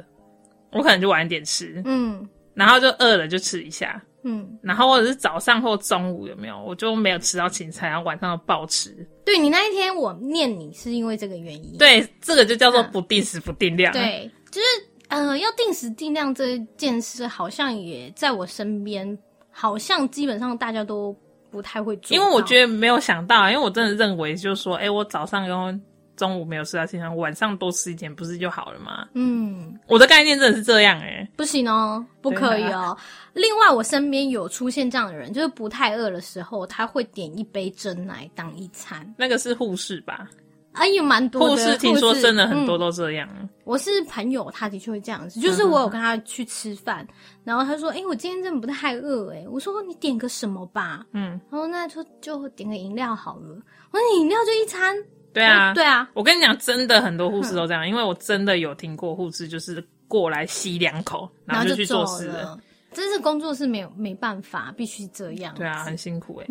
B: 我可能就晚一点吃，
A: 嗯
B: 然后就饿了就吃一下，
A: 嗯，
B: 然后或者是早上或中午有没有，我就没有吃到芹菜，然后晚上就暴吃。
A: 对你那一天我念你是因为这个原因，
B: 对，啊这个就叫做
A: 嗯
B: 不定时不定量。，
A: 对，就是呃，要定时定量这件事，好像也在我身边，好像基本上大家都不太会做，
B: 因为我觉
A: 得。
B: 得没有想到，啊因为我真的认为就是说，哎、我早上跟中午没有吃到青菜，晚上多吃一点不是就好了吗？
A: 嗯，
B: 我的概念真的是这样哎、
A: 不行哦，不可以
B: 对啊
A: 哦。另外，我身边有出现这样的人，就是不太饿的时候，他会点一杯真奶当一餐，
B: 那个是护士吧？
A: 啊，也蛮多的。
B: 护士听说真的很多
A: 嗯
B: 都这样。
A: 我是朋友，他的确会这样子，就是
B: 嗯
A: 我有跟他去吃饭，然后他说：“哎、我今天真的不太饿。”哎，我说：“你点个什么吧？”
B: 嗯，
A: 然后那就就点个饮料好了。我说你饮料就一餐，
B: 对啊，
A: 对啊，
B: 我跟你讲，真的很多护士都这样，因为我真的有听过护士就是过来吸两口，
A: 然
B: 后
A: 后
B: 去
A: 走
B: 做事了。
A: 了。真是工作是没有没办法，必须这样。
B: 对啊，很辛苦哎、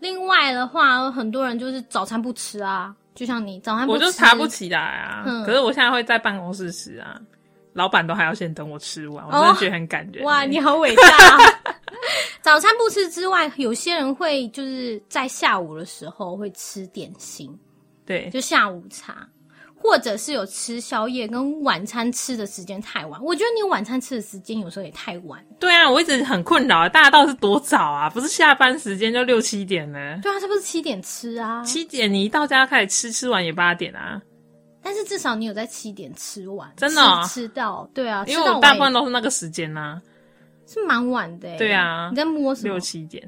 A: 另外的话，很多人就是早餐不吃啊，就像你早餐不
B: 我
A: 吃，
B: 就爬不起来啊。
A: 嗯
B: 可是我现在会在办公室吃啊，老板都还要先等我吃完，我
A: 哦
B: 真的觉得很感人欸、
A: 哇，你好伟大！啊 早餐不吃之外，有些人会就是在下午的时候会吃点心，
B: 对，
A: 就下午茶，或者是有吃宵夜跟晚餐吃的时间太晚。我觉得你晚餐吃的时间有时候也太晚。
B: 对啊，我一直很困扰啊，大家到底是多早啊？不是下班时间就六七点呢？
A: 对啊，是不是七点吃啊？
B: 七点你一到家开始吃，吃完也八点啊。
A: 但是至少你有在七点吃完，
B: 真的哦
A: 吃吃到，对啊，
B: 因
A: 吃
B: 为
A: 到
B: 我大
A: 晚
B: 部分都是那个时间啊，
A: 是蛮晚的欸。
B: 对啊
A: 你在摸什
B: 六
A: 么？
B: 七点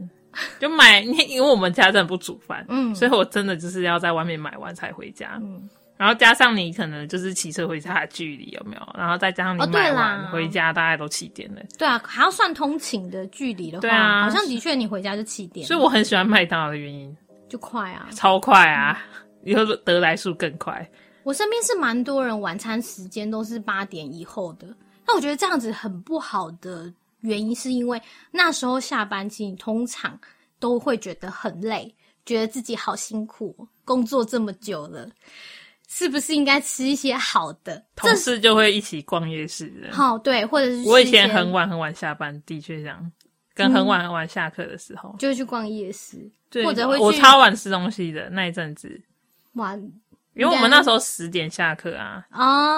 B: 就买。因为因为我们家真的不煮饭，
A: 嗯
B: 所以我真的就是要在外面买完才回家。
A: 嗯
B: 然后加上你可能就是骑车回家的距离有没有？然后再加上
A: 哦
B: 你
A: 对
B: 买
A: 啦
B: 完回家大概都七点了，
A: 对啊，还要算通勤的距离的话，
B: 对啊
A: 好像的确你回家就七点，
B: 所以我很喜欢麦当劳的原因，
A: 就快啊。
B: 超快啊，
A: 嗯
B: 以后得来速更快。
A: 我身边是蛮多人晚餐时间都是八点以后的，那我觉得这样子很不好的原因是因为那时候下班其实你通常都会觉得很累，觉得自己好辛苦哦，工作这么久了，是不是应该吃一些好的？
B: 同事就会一起逛夜市的。
A: 好、对，或者是
B: 我以
A: 吃一些
B: 前很晚很晚下班，的确这样，跟很晚很晚下课的时候，
A: 就会去逛夜市，
B: 对
A: 嗯或者会去
B: 我超晚吃东西的那一阵子，
A: 哇
B: 因为我们那时候十点下课啊，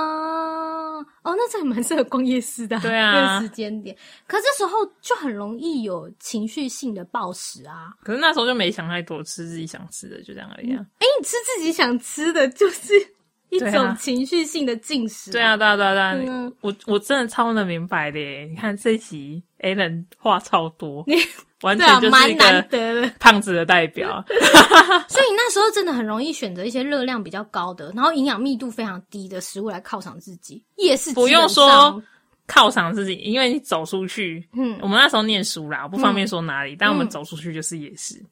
A: 啊哦，那这还蛮适合逛夜市的、
B: 对啊
A: 这个时间点。可这时候就很容易有情绪性的暴食啊。
B: 可是那时候就没想太多，吃自己想吃的，就这样而已啊。
A: 哎、你吃自己想吃的，就是一
B: 对啊
A: 种情绪性的进食、
B: 对啊，，对啊，对啊，对啊
A: 嗯
B: 我我真的超能明白的耶！你看这集 a l a n 话超多，
A: 你
B: 完
A: 对
B: 全
A: 啊，
B: 就是一
A: 蛮难
B: 个
A: 得 的。
B: 胖子的代 表。
A: 所以你那时候真的很容易选择一些热量比较高的，然后营养密度非常低的食物来犒赏自己。夜市
B: 不
A: 基本
B: 用说
A: 上，
B: 犒赏自己，因为你走出去，
A: 嗯
B: 我们那时候念书啦，我不方便说哪里，但我们走出去就是夜市。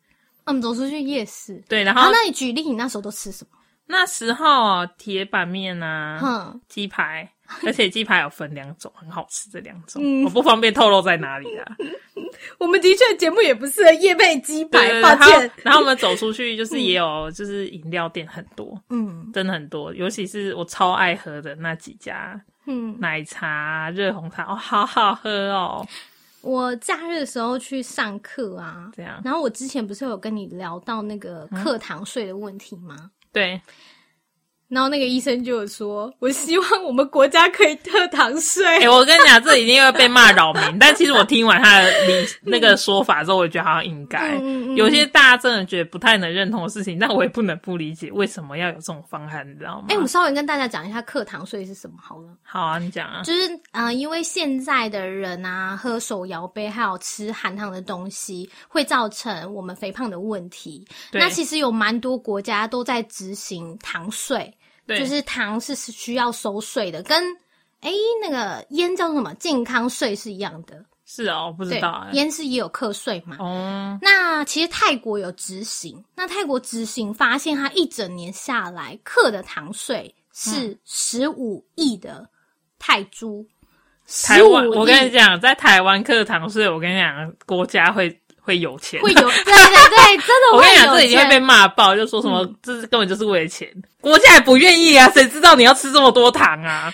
A: 我们嗯走出去夜市。
B: 对，然
A: 好，
B: 后
A: 那你举例，你那时候都吃什么？
B: 那时候铁板面啊，
A: 哼，
B: 鸡排，而且鸡排有分两种，很好吃这两种，
A: 嗯
B: 我不方便透露在哪里啦。
A: 我们的确节目也不适合夜配鸡
B: 对对对，然后。然后我们走出去就是也有就是饮料店很多，
A: 嗯
B: 真的很多，尤其是我超爱喝的那几家
A: 嗯，
B: 奶茶、热红茶，哦，好好喝哦，
A: 我假日的时候去上课啊，
B: 这样
A: 然后我
B: 嗯
A: 之前不是有跟你聊到那个课堂税的问题吗？
B: 对，
A: 然后那个医生就有说：“我希望我们国家可以特糖税。
B: 哎、我跟你讲，这一定会被骂扰民。但其实我听完他的理那个说法之后，我觉得好像应该、
A: 嗯嗯嗯
B: 有些大家真的觉得不太能认同的事情，但我也不能不理解为什么要有这种方案，你知道吗？
A: 哎、我稍微跟大家讲一下课堂税是什么好了。
B: 好啊，你讲啊，
A: 就是呃，因为现在的人啊，喝手摇杯还有吃含糖的东西，会造成我们肥胖的问题。
B: 对
A: 那其实有蛮多国家都在执行糖税，
B: 对，
A: 就是糖是是需要收税的，跟哎那个烟叫做什么健康税是一样的。
B: 是哦，我不知
A: 对
B: 道、啊，。
A: 烟是也有课税嘛。
B: 哦，
A: 那其实泰国有执行，那泰国执行发现，它一整年下来课的糖税
B: 嗯
A: 是十五亿的泰铢。
B: 台湾，
A: 15亿
B: 我跟你讲，在台湾课堂是，我跟你讲，国家会会有钱，
A: 会有， 对对对，真的会
B: 我跟你讲，
A: 有
B: 这已经会被
A: 钱
B: 骂爆，就说什么、这是根本就是为了钱，国家也不愿意啊，谁知道你要吃这么多 糖啊？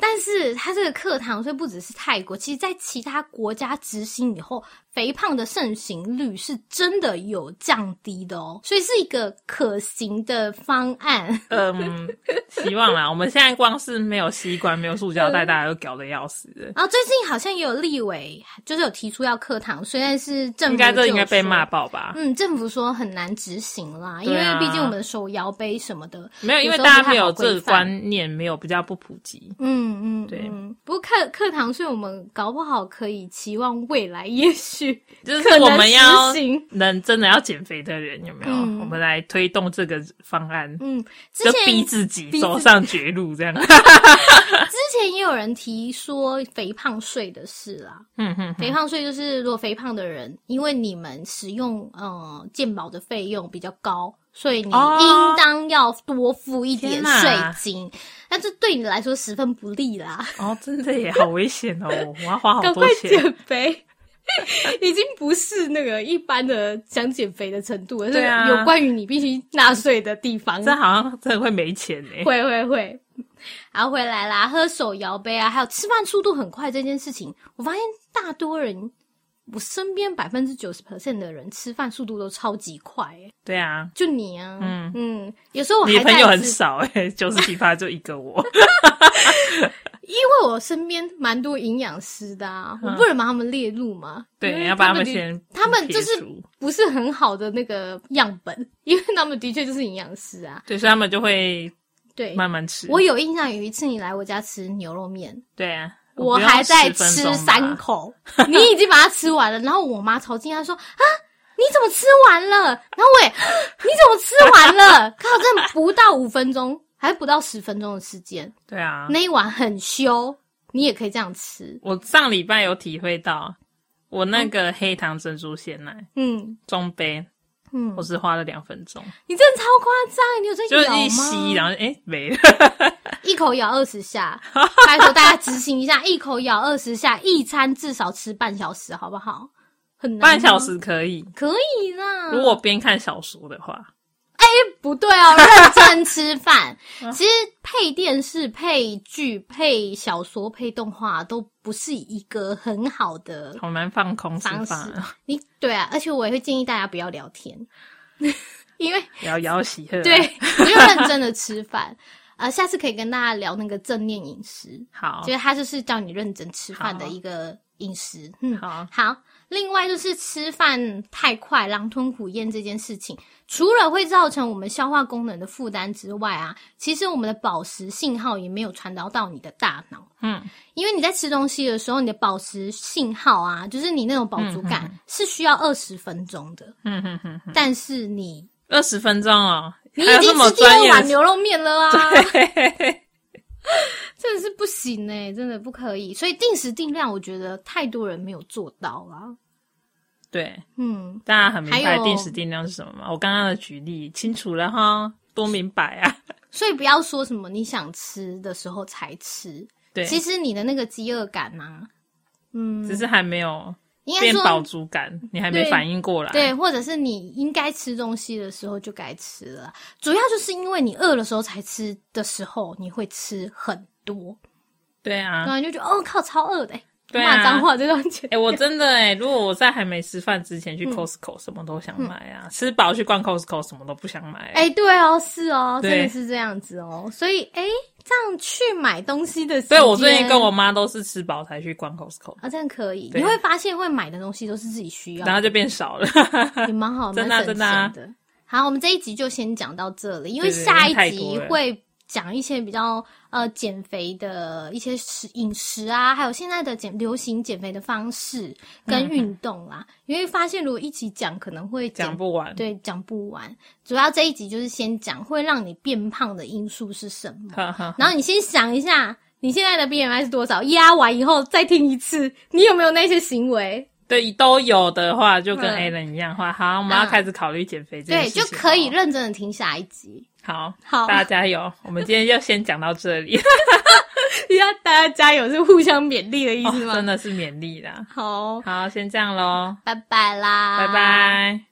A: 但是它这个课堂税不只是泰国，其实在其他国家执行以后，肥胖的盛行率是真的有降低的哦，所以是一个可行的方案。
B: 嗯，希望啦，我们现在光是没有吸管，没有塑胶袋，大家都搞得要死了。
A: 哦然后最近好像也有立委就是有提出要课堂税，但是政府
B: 应该
A: 就
B: 这
A: 有
B: 应该被
A: 说
B: 骂。爆吧？
A: 嗯，政府说很难执行啦，因
B: 对
A: 为
B: 啊
A: 毕竟我们的手摇杯什么的，
B: 没有，因为大家没有这个观念，没有比较不普及。
A: 嗯嗯，
B: 对
A: 嗯。不过课课堂税我们搞不好可以期望未来，也许
B: 就是
A: 可能
B: 我们要
A: 实行。
B: 能真的要减肥的人有没有？
A: 嗯
B: 我们来推动这个方案，
A: 嗯，之
B: 就
A: 前
B: 逼自己
A: 逼自己
B: 走上绝路 这样。
A: 之前也有人提说肥胖税的事啦。
B: 嗯哼，
A: 肥胖税就是如果肥胖的人，因为你们使用呃健保的费用比较高，所以你
B: 哦
A: 应当要多付一点
B: 天哪
A: 税金。但这对你来说十分不利啦，
B: 哦，真的也好危险哦，我要花好
A: 赶
B: 多
A: 快
B: 钱。
A: 减 肥。已经不是那个一般的想减肥的程度了，
B: 对啊
A: 是有关于你必须纳税的地方。
B: 这好像真的会没钱呢、
A: 会会会，然后回来啦，喝手摇杯啊，还有吃饭速度很快这件事情，我发现大多人，我身边百分之九十 percent 的人吃饭速度都超级快、欸，
B: 对啊，
A: 就你啊，
B: 嗯
A: 有时候我
B: 你
A: 还
B: 的朋友
A: 在
B: 很
A: 吃，
B: 少哎、九十几趴就一 个我。
A: 因为我身边蛮多营养师的啊，我不能把他们列入嘛，因
B: 嗯对，
A: 为
B: 要把他
A: 们
B: 们
A: 的
B: 先
A: 他们
B: 撇
A: 就是
B: 除
A: 不是很好的那个样本， 因为他们的确就是营养师啊，
B: 对，所以他们就会
A: 对。
B: 慢慢吃。
A: 我有印象，有一次你来我家吃牛肉面，
B: 对啊，
A: 我
B: 不用
A: 还在
B: 10分
A: 吃
B: 钟吧
A: 三口，你已经把它吃完了。然后我妈超惊讶说：“啊，你怎么吃完了？”然后我也：“啊你怎么吃完了？” 靠，真的不到五分钟，还是不到十分钟的时间，
B: 对啊，
A: 那一碗很羞，你也可以这样吃。
B: 我上礼拜有体会到，我那个黑糖珍珠鲜奶
A: 嗯
B: 中杯，
A: 嗯
B: 我，只花了两分钟，
A: 你真的超夸张，你有在
B: 就是
A: 咬吗？
B: 一吸，然后哎、没了。
A: 一口咬二十下， 拜托大家执行一下，一口咬二十下，一餐至少吃半小时，好不好？很难吗
B: 半小时可以，
A: 可以啦。
B: 如果边看小说的话，
A: 不对哦，认真吃 饭。
B: 嗯
A: 其实配电视、配剧、配小说、配动画都不是一个很好的
B: 好难放空吃
A: 方式
B: 饭啊，。
A: 你对啊，而且我也会建议大家不要聊天， 因为
B: 摇摇喜喝。
A: 对，，我就认真的吃饭。呃，下次可以跟大家聊那个正念饮食，
B: 好
A: 其，实它就是叫你认真吃饭的
B: 好
A: 一个饮食。嗯，
B: 好，
A: 好，另外就是吃饭太快、狼吞虎咽这件事情，除了会造成我们消化功能的负担之外啊，其实我们的饱食信号也没有传导到你的大脑。
B: 嗯，
A: 因为你在吃东西的时候，你的饱食信号啊，就是你那种饱足感、是需要二十分钟的，
B: 嗯哼哼，
A: 但是你
B: 二十分钟哦，
A: 你
B: 还有
A: 已
B: 这
A: 经
B: 么
A: 吃第
B: 专
A: 二
B: 业
A: 碗
B: 的
A: 牛肉面了 啊！真的是不行哎、真的不可以。所以定时定量，我觉得太多人没有做到啦。
B: 对，
A: 嗯，
B: 大家很明
A: 还
B: 白
A: 有
B: 定时定量是什么吗？我刚刚的举例清楚了哈，多明白啊！
A: 所以不要说什么你想吃的时候才吃，
B: 对，
A: 其实你的那个饥饿感啊，嗯，
B: 只是还没有
A: 应该
B: 变饱
A: 说
B: 足感，你还没反应过来。
A: 对，或者是你应该吃东西的时候就该吃了啦，主要就是因为你饿的时候才吃的时候，你会吃很多，
B: 对
A: 嗯
B: 啊
A: 然，后你就觉得哦靠，超饿的、欸
B: 啊对
A: 骂脏
B: 啊。
A: 话这段钱
B: 哎、。我真的哎、如果我在还没吃饭之
A: 嗯
B: 前去 Costco，、什么都想买啊；吃饱去逛 Costco，什么都不想买、啊
A: 哎、对哦，是哦，真的
B: 对
A: 是这样子哦。所以，哎、这样去买东西的时间，
B: 对我最近跟我妈都是吃饱才去逛 Costco，
A: 啊，这样可以，
B: 对
A: 你会发现会买的东西都是自己需要的，
B: 然后就变少了。
A: 也蛮好，蛮
B: 真的啊
A: 省钱
B: 真的啊
A: 的。好，我们这一集就先讲到这里，因为
B: 对对
A: 下一
B: 因为太
A: 集
B: 多了
A: 会讲一些比较呃减肥的一些食饮食啊，还有现在的减流行减肥的方式跟运动啦。因为发现如果一起讲，可能会减
B: 嗯讲不完，
A: 对讲不完。主要这一集就是先讲会让你变胖的因素是什么。
B: 哈哈，
A: 然后你先想一下，你现在的 BMI 是多少？压完以后再听一次，你有没有那些行为？
B: 对都有的话，就跟
A: 嗯
B: a l n 一样的话，好，我们
A: 嗯
B: 要开始考虑减肥这件
A: 对，
B: 事
A: 就
B: 情
A: 可以
B: 了。
A: 认真的听下一集。
B: 好，
A: 好
B: 大家加油！我们今天就先讲到这 里，
A: 要大家加油，是互相勉励的意 思吗？
B: 哦真的是勉励啦。
A: 好，
B: 好，先这样喽，
A: 拜拜啦，
B: 拜。拜。